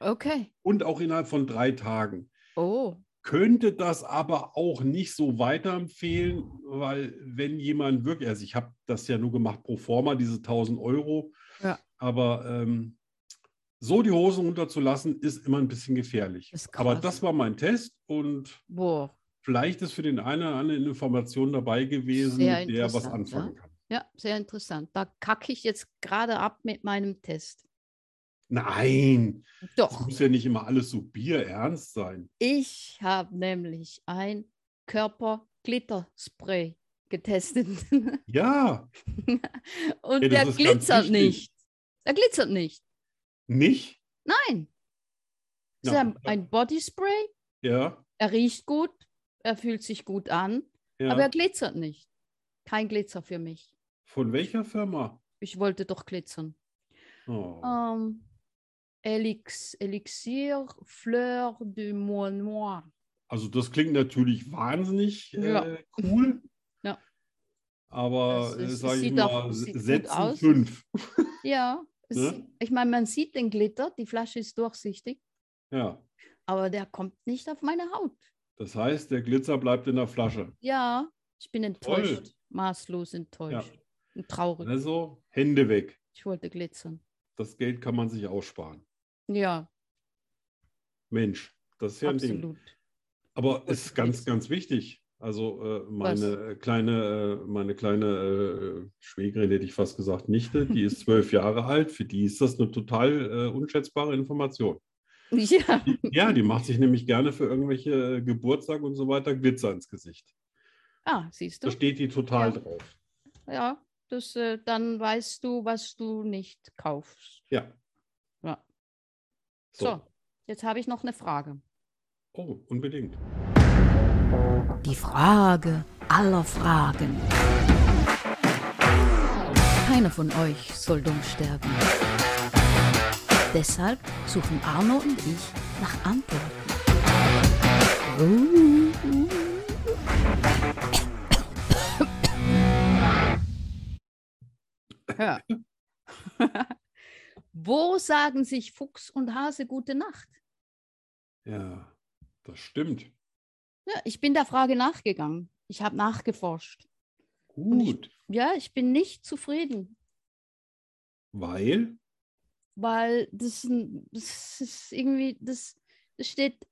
[SPEAKER 1] Okay.
[SPEAKER 3] und auch innerhalb von drei Tagen.
[SPEAKER 1] Oh.
[SPEAKER 3] Könnte das aber auch nicht so weiterempfehlen, weil wenn jemand wirklich, also ich habe das ja nur gemacht pro forma, diese 1000 Euro,
[SPEAKER 1] Ja.
[SPEAKER 3] aber ähm, so die Hosen runterzulassen, ist immer ein bisschen gefährlich.
[SPEAKER 1] Ist
[SPEAKER 3] Aber
[SPEAKER 1] krass.
[SPEAKER 3] das war mein Test und
[SPEAKER 1] Boah.
[SPEAKER 3] vielleicht ist für den einen oder anderen eine Information dabei gewesen,
[SPEAKER 1] Sehr
[SPEAKER 3] mit der er was
[SPEAKER 1] interessant, ne?
[SPEAKER 3] anfangen
[SPEAKER 1] ja.
[SPEAKER 3] kann.
[SPEAKER 1] Ja, sehr interessant. Da kacke ich jetzt gerade ab mit meinem Test.
[SPEAKER 3] Nein, es
[SPEAKER 1] Doch,
[SPEAKER 3] muss ja nicht immer alles so bierernst sein.
[SPEAKER 1] ich habe nämlich ein Körperglitterspray getestet.
[SPEAKER 3] Ja,
[SPEAKER 1] Und
[SPEAKER 3] Ja, das
[SPEAKER 1] der
[SPEAKER 3] ist ganz
[SPEAKER 1] glitzert
[SPEAKER 3] wichtig.
[SPEAKER 1] nicht. Der glitzert nicht.
[SPEAKER 3] nicht?
[SPEAKER 1] Nein. Es ist
[SPEAKER 3] Ja,
[SPEAKER 1] ein,
[SPEAKER 3] doch.
[SPEAKER 1] ein Bodyspray.
[SPEAKER 3] Ja,
[SPEAKER 1] Er riecht gut. Er fühlt sich gut an. Aber
[SPEAKER 3] ja.
[SPEAKER 1] er glitzert nicht. Kein Glitzer für mich.
[SPEAKER 3] Von welcher Firma?
[SPEAKER 1] Ich wollte doch glitzern.
[SPEAKER 3] Oh.
[SPEAKER 1] Ähm, Elix, Elixir Fleur du Mois Noir.
[SPEAKER 3] Also das klingt natürlich wahnsinnig äh,
[SPEAKER 1] Ja.
[SPEAKER 3] cool.
[SPEAKER 1] Ja.
[SPEAKER 3] Aber
[SPEAKER 1] Das ist-
[SPEAKER 3] sage ich
[SPEAKER 1] sieht auch-
[SPEAKER 3] mal,
[SPEAKER 1] sieht gut
[SPEAKER 3] setzen
[SPEAKER 1] aus.
[SPEAKER 3] fünf.
[SPEAKER 1] Ja, es,
[SPEAKER 3] Ne?
[SPEAKER 1] sieht- ich meine, man sieht den Glitter, die Flasche ist durchsichtig,
[SPEAKER 3] Ja.
[SPEAKER 1] aber der kommt nicht auf meine Haut.
[SPEAKER 3] Das heißt, der Glitzer bleibt in der Flasche.
[SPEAKER 1] Ja, ich bin enttäuscht, maßlos
[SPEAKER 3] Ja.
[SPEAKER 1] enttäuscht und traurig.
[SPEAKER 3] Also Hände weg.
[SPEAKER 1] Ich wollte glitzern.
[SPEAKER 3] Das Geld kann man sich auch sparen.
[SPEAKER 1] Ja,
[SPEAKER 3] Mensch, das ist ja ein Ding.
[SPEAKER 1] absolut.
[SPEAKER 3] Aber es ist ganz, ganz wichtig. Also äh, meine kleine, äh, meine kleine äh, Schwägerin, hätte ich fast gesagt, Nichte, die ist zwölf Jahre alt. Für die ist das eine total äh, unschätzbare Information.
[SPEAKER 1] Ja,
[SPEAKER 3] Ja, die macht sich nämlich gerne für irgendwelche äh, Geburtstage und so weiter Glitzer ins Gesicht.
[SPEAKER 1] ah, siehst
[SPEAKER 3] Da
[SPEAKER 1] du.
[SPEAKER 3] steht die total
[SPEAKER 1] Ja.
[SPEAKER 3] drauf.
[SPEAKER 1] Ja, das, äh, dann weißt du, was du nicht kaufst.
[SPEAKER 3] Ja.
[SPEAKER 1] Ja.
[SPEAKER 3] So.
[SPEAKER 1] So, jetzt habe ich noch eine Frage.
[SPEAKER 3] Oh, unbedingt.
[SPEAKER 2] Die Frage aller Fragen. Keiner von euch soll dumm sterben. Deshalb suchen Arno und ich nach Antworten.
[SPEAKER 1] Hör. Wo sagen sich Fuchs und Hase gute Nacht?
[SPEAKER 3] Ja, das stimmt.
[SPEAKER 1] Ja, ich bin der Frage nachgegangen. Ich habe nachgeforscht. ich-
[SPEAKER 3] Gut.
[SPEAKER 1] Ja, ich bin nicht zufrieden,
[SPEAKER 3] Weil,
[SPEAKER 1] weil das, n- das ist irgendwie, das, das steht,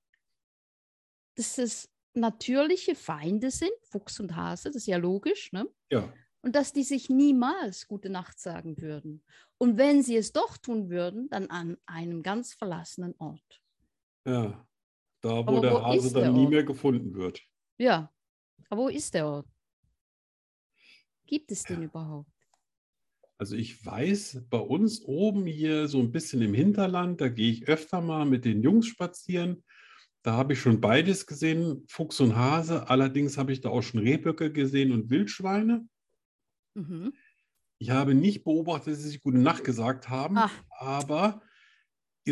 [SPEAKER 1] dass es natürliche Feinde sind, Fuchs und Hase, das ist ja logisch, ne?
[SPEAKER 3] ja,
[SPEAKER 1] und dass die sich niemals gute Nacht sagen würden. Und wenn sie es doch tun würden, dann an einem ganz verlassenen Ort.
[SPEAKER 3] ja. Da, wo
[SPEAKER 1] Aber
[SPEAKER 3] der
[SPEAKER 1] wo
[SPEAKER 3] Hase
[SPEAKER 1] ist der
[SPEAKER 3] dann nie
[SPEAKER 1] Ort?
[SPEAKER 3] mehr gefunden wird.
[SPEAKER 1] Ja, aber wo ist der Ort? Gibt es den überhaupt?
[SPEAKER 3] Also ich weiß, bei uns oben hier so ein bisschen im Hinterland, da gehe ich öfter mal mit den Jungs spazieren. Da habe ich schon beides gesehen, Fuchs und Hase. Allerdings habe ich da auch schon Rehböcke gesehen und Wildschweine.
[SPEAKER 1] Mhm.
[SPEAKER 3] Ich habe nicht beobachtet, dass sie sich gute Nacht gesagt haben,
[SPEAKER 1] Ach.
[SPEAKER 3] aber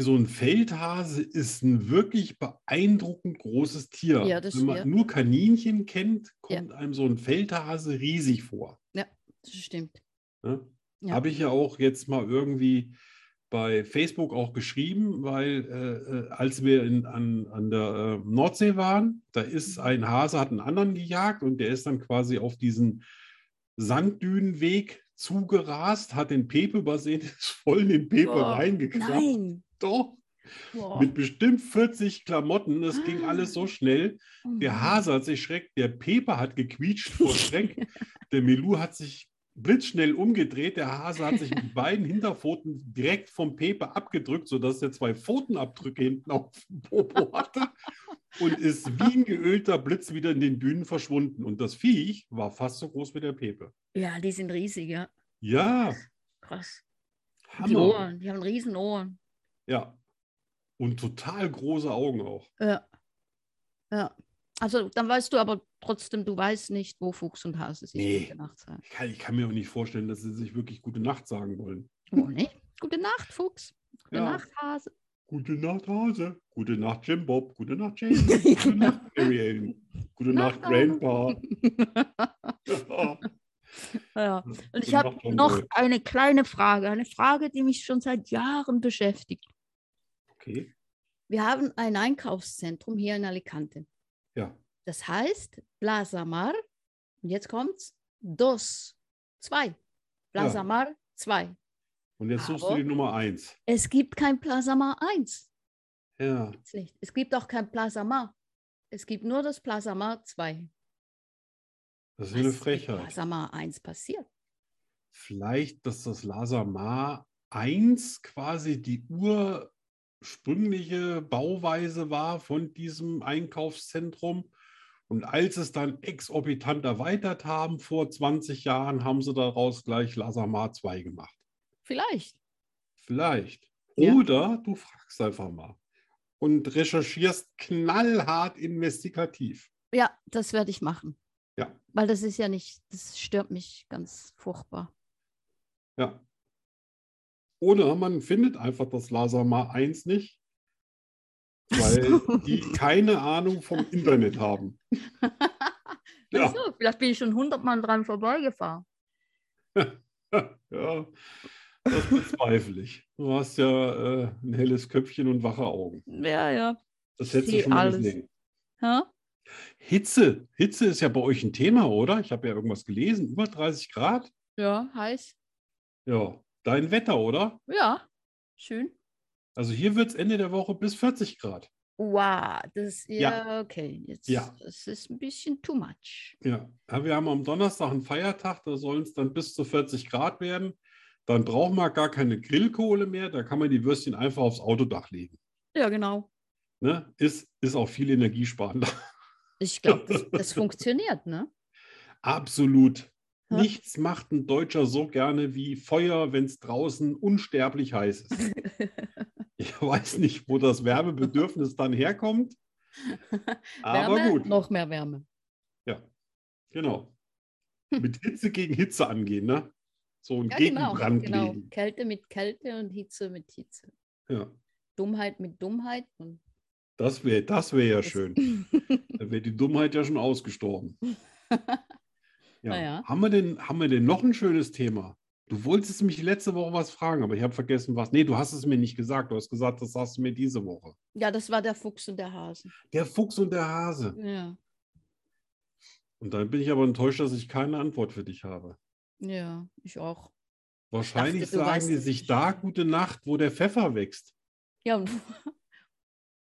[SPEAKER 3] so ein Feldhase ist ein wirklich beeindruckend großes Tier.
[SPEAKER 1] Ja, das-
[SPEAKER 3] Wenn man
[SPEAKER 1] ja.
[SPEAKER 3] nur Kaninchen kennt,
[SPEAKER 1] Ja.
[SPEAKER 3] kommt einem so ein Feldhase riesig vor.
[SPEAKER 1] Das stimmt.
[SPEAKER 3] Ne?
[SPEAKER 1] Ja.
[SPEAKER 3] Habe ich ja auch jetzt mal irgendwie bei Facebook auch geschrieben, weil äh, äh, als wir in, an, an der äh, Nordsee waren, da
[SPEAKER 1] Mhm.
[SPEAKER 3] ist ein Hase, hat einen anderen gejagt und der ist dann quasi auf diesen Sanddünenweg zugerast, hat den Pepe übersehen, ist voll in den Pepe
[SPEAKER 1] Boah,
[SPEAKER 3] reingeknallt.
[SPEAKER 1] Nein.
[SPEAKER 3] Doch,
[SPEAKER 1] Boah.
[SPEAKER 3] mit bestimmt 40 Klamotten, das ging
[SPEAKER 1] Ah.
[SPEAKER 3] alles so schnell.
[SPEAKER 1] Oh Mann.
[SPEAKER 3] Der Hase hat sich schreckt, der Pepe hat gequietscht vor Schreck, der Milou hat sich blitzschnell umgedreht, der Hase hat sich mit beiden Hinterpfoten direkt vom Pepe abgedrückt, sodass er zwei Pfotenabdrücke hinten auf dem Popo hatte und ist wie ein geölter Blitz wieder in den Dünen verschwunden. Und das Viech war fast so groß wie der Pepe.
[SPEAKER 1] Ja, die sind riesig, ja.
[SPEAKER 3] Ja,
[SPEAKER 1] Krass. Die
[SPEAKER 3] Hammer.
[SPEAKER 1] Ohren, die haben riesen Ohren.
[SPEAKER 3] Ja. Und total große Augen auch.
[SPEAKER 1] Ja. ja. Also dann weißt du aber trotzdem, du weißt nicht, wo Fuchs und Hase sich
[SPEAKER 3] Nee.
[SPEAKER 1] gute Nacht sagen.
[SPEAKER 3] Ich kann, ich kann mir auch nicht vorstellen, dass sie sich wirklich gute Nacht sagen wollen.
[SPEAKER 1] Oh, nee. Gute Nacht, Fuchs. Gute
[SPEAKER 3] Ja.
[SPEAKER 1] Nacht, Hase.
[SPEAKER 3] Gute Nacht, Hase. Gute Nacht, Jim Bob. Gute Nacht, James. Gute Nacht, Mary Ellen. Gute Nacht,
[SPEAKER 1] Nacht,
[SPEAKER 3] Grandpa.
[SPEAKER 1] Ja. Und ich
[SPEAKER 3] Gute
[SPEAKER 1] habe
[SPEAKER 3] Nacht, John
[SPEAKER 1] noch
[SPEAKER 3] Boy.
[SPEAKER 1] eine kleine Frage, eine Frage, die mich schon seit Jahren beschäftigt.
[SPEAKER 3] Okay,
[SPEAKER 1] Wir haben ein Einkaufszentrum hier in Alicante.
[SPEAKER 3] ja.
[SPEAKER 1] Das heißt Plaza Mar, und jetzt kommt's, dos, zwei. Plaza
[SPEAKER 3] Ja.
[SPEAKER 1] Mar, zwei.
[SPEAKER 3] Und jetzt suchst du
[SPEAKER 1] Aber-
[SPEAKER 3] die Nummer 1.
[SPEAKER 1] Es gibt kein Plaza Mar 1.
[SPEAKER 3] Ja,
[SPEAKER 1] Gibt's nicht. Es gibt auch kein Plaza Mar. Es gibt nur das Plaza Mar 2.
[SPEAKER 3] das ist eine
[SPEAKER 1] Was mit
[SPEAKER 3] Frechheit.
[SPEAKER 1] Plaza Mar 1 passiert.
[SPEAKER 3] Vielleicht, dass das Lasamar 1 quasi die ursprüngliche Bauweise war von diesem Einkaufszentrum. Und als es dann exorbitant erweitert haben, vor 20 Jahren, haben sie daraus gleich Lasamar 2 gemacht.
[SPEAKER 1] Vielleicht.
[SPEAKER 3] Vielleicht.
[SPEAKER 1] Ja.
[SPEAKER 3] Oder du fragst einfach mal und recherchierst knallhart investigativ.
[SPEAKER 1] Ja, das werde ich machen.
[SPEAKER 3] Ja.
[SPEAKER 1] Weil das ist ja nicht, das stört mich ganz furchtbar.
[SPEAKER 3] Ja. Oder man findet einfach das Lasamar 1 nicht, weil die keine Ahnung vom Internet haben. Ja,
[SPEAKER 1] Ach so, vielleicht bin ich schon hundertmal dran vorbeigefahren.
[SPEAKER 3] ja das bezweifle ich. Du hast ja äh, ein helles Köpfchen und wache Augen.
[SPEAKER 1] Ja, ja.
[SPEAKER 3] Das hättest du
[SPEAKER 1] Seh
[SPEAKER 3] schon mal
[SPEAKER 1] alles.
[SPEAKER 3] gesehen.
[SPEAKER 1] Ha?
[SPEAKER 3] Hitze. Hitze ist ja bei euch ein Thema, oder? Ich habe ja irgendwas gelesen. Über 30 Grad.
[SPEAKER 1] Ja, heiß.
[SPEAKER 3] Ja, dein Wetter, oder?
[SPEAKER 1] Ja, Schön.
[SPEAKER 3] Also hier wird es Ende der Woche bis 40 Grad.
[SPEAKER 1] Wow, das ja,
[SPEAKER 3] Ja.
[SPEAKER 1] okay. Jetzt
[SPEAKER 3] Ja.
[SPEAKER 1] das ist ein bisschen too much.
[SPEAKER 3] Ja, aber wir haben am Donnerstag einen Feiertag, da sollen es dann bis zu 40 Grad werden. Dann braucht man gar keine Grillkohle mehr, da kann man die Würstchen einfach aufs Autodach legen.
[SPEAKER 1] Ja, genau.
[SPEAKER 3] Ne? Ist, ist auch viel energiesparender.
[SPEAKER 1] Ich glaube, das, das funktioniert, ne?
[SPEAKER 3] Absolut.
[SPEAKER 1] Ja.
[SPEAKER 3] Nichts macht ein Deutscher so gerne wie Feuer, wenn es draußen unsterblich heiß ist. Ich weiß nicht, wo das Wärmebedürfnis dann herkommt. Aber
[SPEAKER 1] Wärme,
[SPEAKER 3] gut,
[SPEAKER 1] noch mehr Wärme.
[SPEAKER 3] genau. Mit Hitze gegen Hitze angehen, ne? So
[SPEAKER 1] Hm.
[SPEAKER 3] ein
[SPEAKER 1] Ja, genau,
[SPEAKER 3] Gegenbrand
[SPEAKER 1] genau.
[SPEAKER 3] legen.
[SPEAKER 1] Kälte mit Kälte und Hitze mit Hitze.
[SPEAKER 3] Ja,
[SPEAKER 1] Dummheit mit Dummheit und
[SPEAKER 3] das wäre das wär ja schön. Da wäre die Dummheit ja schon ausgestorben. Ja.
[SPEAKER 1] Na ja.
[SPEAKER 3] Haben, wir denn, haben wir denn noch ein schönes Thema? Du wolltest mich letzte Woche was fragen, aber ich habe vergessen was. Nee, du hast es mir nicht gesagt. Du hast gesagt, das sagst du mir diese Woche.
[SPEAKER 1] ja, das war der Fuchs und der Hase.
[SPEAKER 3] Der Fuchs und der Hase.
[SPEAKER 1] Ja,
[SPEAKER 3] Und dann bin ich aber enttäuscht, dass ich keine Antwort für dich habe.
[SPEAKER 1] ja, ich auch.
[SPEAKER 3] Wahrscheinlich
[SPEAKER 1] dachte, du
[SPEAKER 3] sagen
[SPEAKER 1] weißt
[SPEAKER 3] die
[SPEAKER 1] es
[SPEAKER 3] sich
[SPEAKER 1] nicht.
[SPEAKER 3] da gute Nacht, wo der Pfeffer wächst.
[SPEAKER 1] Ja, und,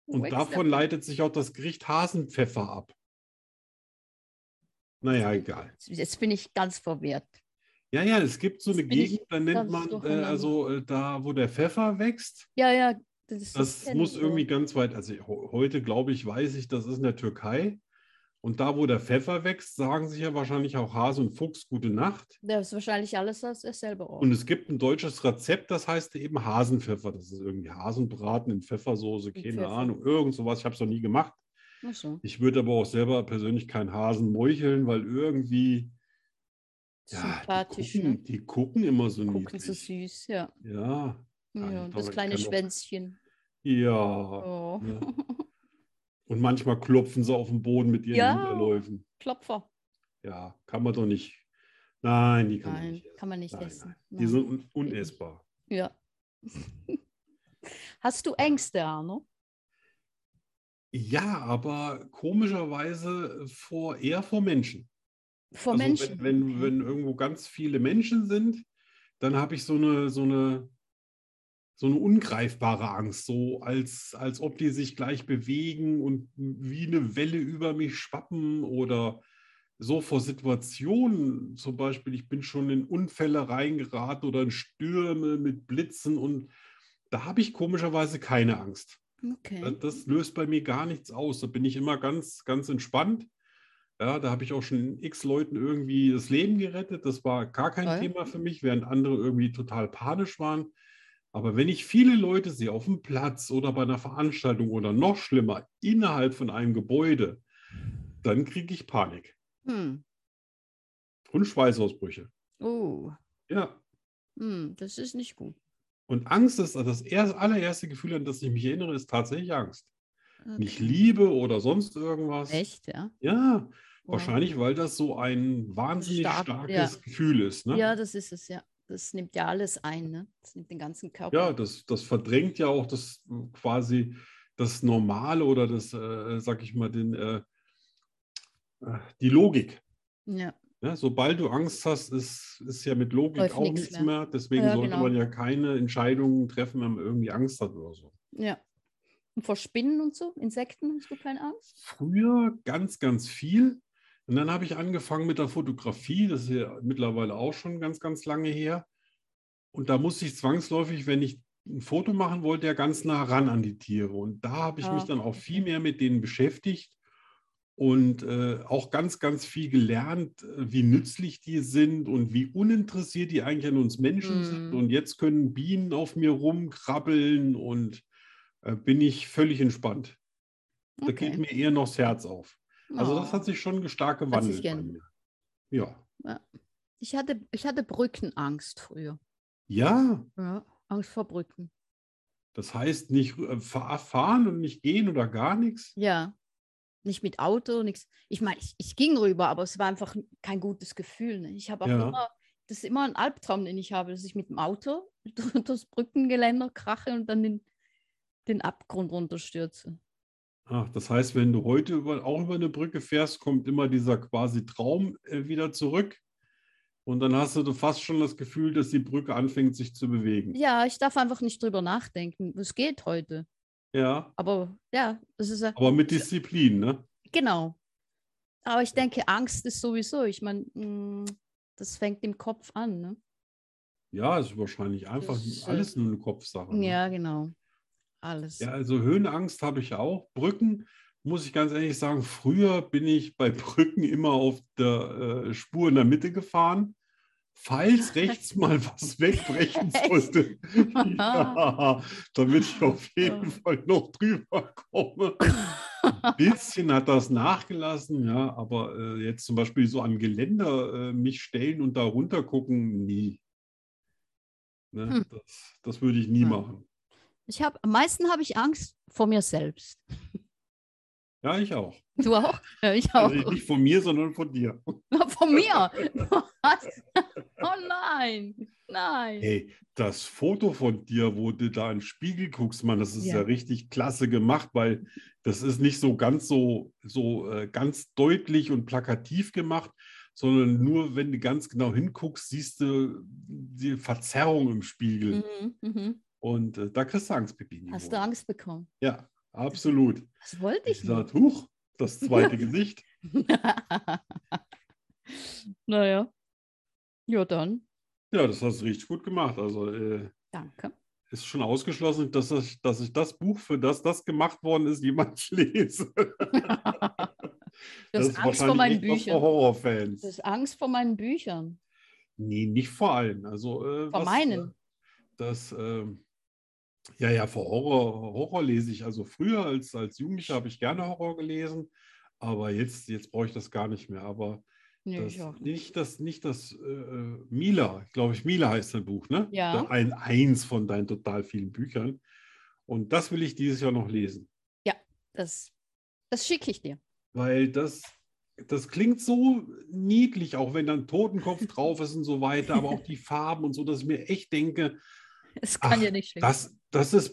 [SPEAKER 3] Und
[SPEAKER 1] Wächst
[SPEAKER 3] davon leitet sich auch das Gericht Hasenpfeffer ab. Naja, egal.
[SPEAKER 1] der- jetzt bin ich ganz verwirrt.
[SPEAKER 3] Ja, ja, es gibt so
[SPEAKER 1] Jetzt
[SPEAKER 3] eine
[SPEAKER 1] bin ich
[SPEAKER 3] Gegend, da
[SPEAKER 1] ganz
[SPEAKER 3] nennt man, äh,
[SPEAKER 1] durcheinander.
[SPEAKER 3] also äh, da, wo der Pfeffer wächst,
[SPEAKER 1] Ja, ja.
[SPEAKER 3] das
[SPEAKER 1] kenn
[SPEAKER 3] muss
[SPEAKER 1] ich
[SPEAKER 3] irgendwie
[SPEAKER 1] so.
[SPEAKER 3] ganz weit, also ho- heute glaube ich, weiß ich, das ist in der Türkei. Und da, wo der Pfeffer wächst, sagen sich ja wahrscheinlich auch Hase und Fuchs gute Nacht.
[SPEAKER 1] Das ist wahrscheinlich alles aus derselbe Ort.
[SPEAKER 3] Und es gibt ein deutsches Rezept, das heißt eben Hasenpfeffer. Das ist irgendwie Hasenbraten in Pfeffersoße,
[SPEAKER 1] Mit
[SPEAKER 3] keine
[SPEAKER 1] Pfeffer.
[SPEAKER 3] Ahnung, irgend sowas. Ich habe es noch nie gemacht.
[SPEAKER 1] Ach so.
[SPEAKER 3] Ich würde aber auch selber persönlich keinen Hasen meucheln, weil irgendwie, ja,
[SPEAKER 1] Sympathisch,
[SPEAKER 3] die, gucken,
[SPEAKER 1] ne?
[SPEAKER 3] die gucken immer so
[SPEAKER 1] Gucken so
[SPEAKER 3] niedlich.
[SPEAKER 1] süß, ja.
[SPEAKER 3] Ja, Ja, ich
[SPEAKER 1] ja und
[SPEAKER 3] glaube,
[SPEAKER 1] das
[SPEAKER 3] ich
[SPEAKER 1] kleine
[SPEAKER 3] kann auch-
[SPEAKER 1] Schwänzchen.
[SPEAKER 3] ja.
[SPEAKER 1] Oh.
[SPEAKER 3] Ja. Und manchmal klopfen sie auf den Boden mit ihren
[SPEAKER 1] Ja.
[SPEAKER 3] Hinterläufen.
[SPEAKER 1] Klopfer.
[SPEAKER 3] Ja, kann man doch nicht. Nein, die kann man
[SPEAKER 1] Nein,
[SPEAKER 3] nicht essen.
[SPEAKER 1] kann man nicht
[SPEAKER 3] Nein,
[SPEAKER 1] essen.
[SPEAKER 3] nein. Die
[SPEAKER 1] Nein.
[SPEAKER 3] sind un unessbar.
[SPEAKER 1] Ja. Hast du Ängste, Arno?
[SPEAKER 3] Ja, aber komischerweise vor, eher vor Menschen.
[SPEAKER 1] Vor
[SPEAKER 3] also
[SPEAKER 1] Menschen?
[SPEAKER 3] Wenn, wenn,
[SPEAKER 1] Okay.
[SPEAKER 3] wenn irgendwo ganz viele Menschen sind, dann habe ich so eine, so eine, so eine ungreifbare Angst, so als, als ob die sich gleich bewegen und wie eine Welle über mich schwappen oder so vor Situationen. Zum Beispiel, ich bin schon in Unfälle reingeraten oder in Stürme mit Blitzen und da habe ich komischerweise keine Angst. Da-
[SPEAKER 1] okay.
[SPEAKER 3] Äh, Das löst bei mir gar nichts aus. Da bin ich immer ganz, ganz entspannt. Ja, da habe ich auch schon x Leuten irgendwie das Leben gerettet. Das war gar kein
[SPEAKER 1] Toll.
[SPEAKER 3] Thema für mich, während andere irgendwie total panisch waren. Aber wenn ich viele Leute sehe auf dem Platz oder bei einer Veranstaltung oder noch schlimmer innerhalb von einem Gebäude, dann kriege ich Panik
[SPEAKER 1] Hm.
[SPEAKER 3] und Schweißausbrüche.
[SPEAKER 1] Oh,
[SPEAKER 3] Ja.
[SPEAKER 1] hm, das ist nicht gut.
[SPEAKER 3] Und Angst ist also das erst, allererste Gefühl, an das ich mich erinnere, ist tatsächlich Angst. Nicht
[SPEAKER 1] Okay.
[SPEAKER 3] Liebe oder sonst irgendwas.
[SPEAKER 1] Ah, Echt, ja?
[SPEAKER 3] Ja,
[SPEAKER 1] Wow.
[SPEAKER 3] Wahrscheinlich, weil das so ein wahnsinnig
[SPEAKER 1] Stark, ja.
[SPEAKER 3] starkes Gefühl ist. Ne?
[SPEAKER 1] Ja, das ist es, ja. Das nimmt ja alles ein, ne? Das nimmt den ganzen Körper.
[SPEAKER 3] Ja, das, das verdrängt ja auch das äh, quasi das Normale oder das, äh, sag ich mal, den, äh, äh, die Logik.
[SPEAKER 1] ja.
[SPEAKER 3] Ne? Sobald du Angst hast, ist, ist ja mit Logik
[SPEAKER 1] Läuft
[SPEAKER 3] auch
[SPEAKER 1] nichts
[SPEAKER 3] nichts
[SPEAKER 1] mehr.
[SPEAKER 3] mehr. Deswegen
[SPEAKER 1] Ja,
[SPEAKER 3] sollte
[SPEAKER 1] genau.
[SPEAKER 3] man ja keine Entscheidungen treffen, wenn man irgendwie Angst hat oder so.
[SPEAKER 1] ja. Und vor Spinnen und so, Insekten hast du keine Angst?
[SPEAKER 3] früher ganz, ganz viel. Und dann habe ich angefangen mit der Fotografie. Das ist ja mittlerweile auch schon ganz, ganz lange her. Und da musste ich zwangsläufig, wenn ich ein Foto machen wollte, ja ganz nah ran an die Tiere. Und da habe ich
[SPEAKER 1] Ah,
[SPEAKER 3] mich dann auch viel
[SPEAKER 1] okay.
[SPEAKER 3] mehr mit denen beschäftigt und äh, auch ganz, ganz viel gelernt, äh, wie nützlich die sind und wie uninteressiert die eigentlich an uns Menschen sind.
[SPEAKER 1] Mhm.
[SPEAKER 3] Und jetzt können Bienen auf mir rumkrabbeln und äh, bin ich völlig entspannt. Da geht mir eher noch das Herz auf. Also das
[SPEAKER 1] Oh.
[SPEAKER 3] hat sich schon stark
[SPEAKER 1] Hat sich
[SPEAKER 3] gewandelt bei
[SPEAKER 1] geändert.
[SPEAKER 3] mir. Ja.
[SPEAKER 1] ich, hatte, ich hatte Brückenangst früher.
[SPEAKER 3] Ja,
[SPEAKER 1] Ja, Angst vor Brücken.
[SPEAKER 3] das heißt nicht rü- äh, fahr- fahren und nicht gehen oder gar nichts.
[SPEAKER 1] Ja. Nicht mit Auto, nichts. Ich meine, ich, ich ging rüber, aber es war einfach kein gutes Gefühl. Ne? Ich habe auch
[SPEAKER 3] Ja.
[SPEAKER 1] immer, das ist immer ein Albtraum, den ich habe, dass ich mit dem Auto durch das Brückengeländer krache und dann den, den Abgrund runterstürze.
[SPEAKER 3] Ach, das heißt, wenn du heute über, auch über eine Brücke fährst, kommt immer dieser quasi Traum äh, wieder zurück, Und dann hast du fast schon das Gefühl, dass die Brücke anfängt, sich zu bewegen.
[SPEAKER 1] Ja, ich darf einfach nicht drüber nachdenken. Es geht heute.
[SPEAKER 3] Ja,
[SPEAKER 1] Aber ja, es ist ja
[SPEAKER 3] aber mit Disziplin, ne?
[SPEAKER 1] Genau. Aber ich denke, Angst ist sowieso, ich meine, mm, das fängt im Kopf an. Ne?
[SPEAKER 3] Ja, ist wahrscheinlich einfach
[SPEAKER 1] Das ist, äh,
[SPEAKER 3] alles nur eine Kopfsache. Ne?
[SPEAKER 1] Ja, genau. Alles.
[SPEAKER 3] Ja, also Höhenangst habe ich auch. Brücken, muss ich ganz ehrlich sagen, früher bin ich bei Brücken immer auf der äh, Spur in der Mitte gefahren. Falls rechts mal was wegbrechen
[SPEAKER 1] Echt?
[SPEAKER 3] sollte, ja, damit ich auf jeden Fall noch drüber komme. Ein bisschen hat das nachgelassen, ja, aber äh, jetzt zum Beispiel so an Geländer äh, mich stellen und da runter gucken, nie. Ne,
[SPEAKER 1] Hm.
[SPEAKER 3] das, das würde ich nie
[SPEAKER 1] Ja.
[SPEAKER 3] machen.
[SPEAKER 1] Ich habe am meisten habe ich Angst vor mir selbst.
[SPEAKER 3] Ja, ich auch.
[SPEAKER 1] Du auch? Ja, ich auch.
[SPEAKER 3] Also nicht von mir, sondern von dir.
[SPEAKER 1] Von mir. Was? Oh nein. Nein.
[SPEAKER 3] Hey, das Foto von dir, wo du da in den Spiegel guckst, Mann, das ist ja,
[SPEAKER 1] Ja.
[SPEAKER 3] richtig klasse gemacht, weil das ist nicht so ganz so, so äh, ganz deutlich und plakativ gemacht, sondern nur, wenn du ganz genau hinguckst, siehst du die Verzerrung im Spiegel.
[SPEAKER 1] Mhm, mhm.
[SPEAKER 3] Und äh, da kriegst du Angst, Pipini.
[SPEAKER 1] Hast du Angst bekommen?
[SPEAKER 3] Ja, absolut.
[SPEAKER 1] Das wollte
[SPEAKER 3] Ich
[SPEAKER 1] ich nicht.
[SPEAKER 3] sage, huch, das zweite Gesicht.
[SPEAKER 1] naja. Ja, dann.
[SPEAKER 3] Ja, das hast du richtig gut gemacht. Also, äh,
[SPEAKER 1] Danke.
[SPEAKER 3] ist schon ausgeschlossen, dass ich, dass ich das Buch, für das das gemacht worden ist, jemals lese.
[SPEAKER 1] Du hast
[SPEAKER 3] ist
[SPEAKER 1] Angst vor meinen
[SPEAKER 3] wahrscheinlich echt was für
[SPEAKER 1] Büchern.
[SPEAKER 3] Horrorfans.
[SPEAKER 1] Das ist Angst vor meinen Büchern.
[SPEAKER 3] nee, nicht vor allen. Also, äh,
[SPEAKER 1] Vor
[SPEAKER 3] was,
[SPEAKER 1] meinen.
[SPEAKER 3] äh, Das, ähm, ja, ja, vor Horror, Horror lese ich. Also früher als, als Jugendlicher habe ich gerne Horror gelesen, aber jetzt, jetzt brauche ich das gar nicht mehr. Aber
[SPEAKER 1] Nee,
[SPEAKER 3] das,
[SPEAKER 1] ich auch nicht.
[SPEAKER 3] nicht das, nicht das äh, äh, Mila, glaube ich, Mila heißt dein Buch, ne?
[SPEAKER 1] Ja.
[SPEAKER 3] Da Ein, eins von deinen total vielen Büchern. Und das will ich dieses Jahr noch lesen.
[SPEAKER 1] Das, das schicke ich dir.
[SPEAKER 3] Weil das, das klingt so niedlich, auch wenn dann Totenkopf drauf ist und so weiter, aber auch die Farben und so, dass ich mir echt denke,
[SPEAKER 1] Es kann
[SPEAKER 3] Ach,
[SPEAKER 1] dir nicht schicken.
[SPEAKER 3] das, das ist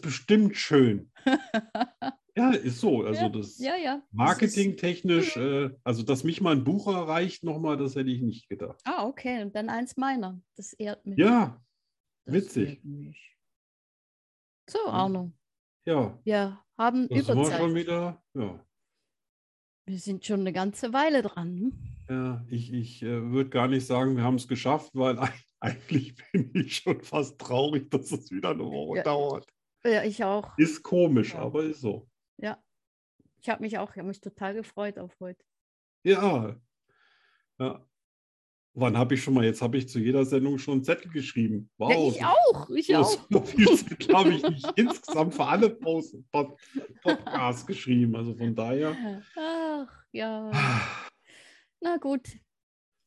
[SPEAKER 3] bestimmt schön. ja, ist so. Also das
[SPEAKER 1] ja, ja. das ist-
[SPEAKER 3] marketingtechnisch, äh, also dass mich mal ein Buch erreicht, nochmal, das hätte ich nicht gedacht.
[SPEAKER 1] Ah, okay. Und dann eins meiner. Das ehrt mich.
[SPEAKER 3] Ja,
[SPEAKER 1] das
[SPEAKER 3] witzig.
[SPEAKER 1] ehrt mich. So, Arno.
[SPEAKER 3] ja.
[SPEAKER 1] Wir haben
[SPEAKER 3] Das sind wir schon
[SPEAKER 1] Überzeit.
[SPEAKER 3] wieder. Ja,
[SPEAKER 1] Wir sind schon eine ganze Weile dran. hm?
[SPEAKER 3] ja ich, ich äh, würde gar nicht sagen, wir haben es geschafft, weil e- eigentlich bin ich schon fast traurig, dass es wieder eine Woche
[SPEAKER 1] Ja.
[SPEAKER 3] dauert.
[SPEAKER 1] Ja, ich auch.
[SPEAKER 3] Ist komisch,
[SPEAKER 1] Ja.
[SPEAKER 3] aber ist so.
[SPEAKER 1] Ich habe mich auch, ich habe mich total gefreut auf heute.
[SPEAKER 3] Ja. ja. Wann habe ich schon mal, jetzt habe ich zu jeder Sendung schon einen Zettel geschrieben. Wow,
[SPEAKER 1] ja, ich
[SPEAKER 3] so-
[SPEAKER 1] auch. Ich
[SPEAKER 3] so,
[SPEAKER 1] auch.
[SPEAKER 3] so viel Zettel habe ich nicht insgesamt für alle Post Pod Podcasts geschrieben. Also von daher.
[SPEAKER 1] Ach, ja. Na gut.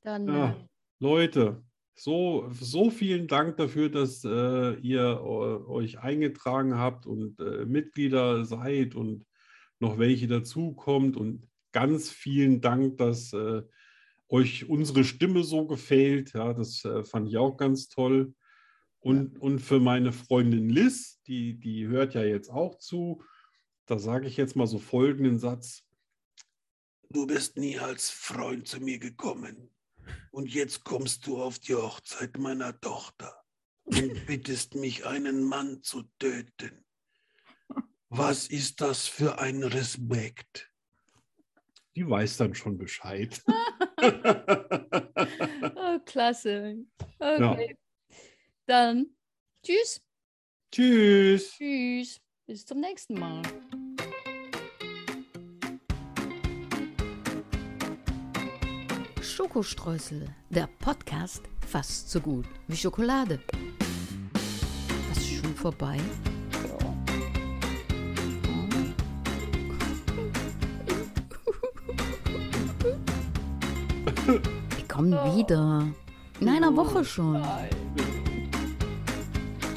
[SPEAKER 1] Dann.
[SPEAKER 3] Ja.
[SPEAKER 1] äh,
[SPEAKER 3] Leute, so, so vielen Dank dafür, dass äh, ihr eu- euch eingetragen habt und äh, Mitglieder seid und noch welche dazukommt. Und ganz vielen Dank, dass äh, euch unsere Stimme so gefällt. Ja, das äh, fand ich auch ganz toll. Und, und für meine Freundin Liz, die, die hört ja jetzt auch zu, da sage ich jetzt mal so folgenden Satz. Du bist nie als Freund zu mir gekommen. Und jetzt kommst du auf die Hochzeit meiner Tochter und bittest mich, einen Mann zu töten. Was ist das für ein Respekt? Die weiß dann schon Bescheid.
[SPEAKER 1] Oh, klasse. Okay. Dann. Tschüss.
[SPEAKER 3] Tschüss.
[SPEAKER 1] Tschüss. Bis zum nächsten Mal.
[SPEAKER 2] Schokostreusel, der Podcast fast so gut wie Schokolade. Was ist schon vorbei? Wir kommen wieder. In einer Woche schon.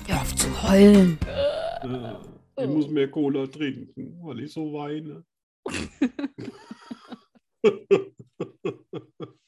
[SPEAKER 2] Hör auf zu heulen.
[SPEAKER 3] Äh, Ich muss mehr Cola trinken, weil ich so weine.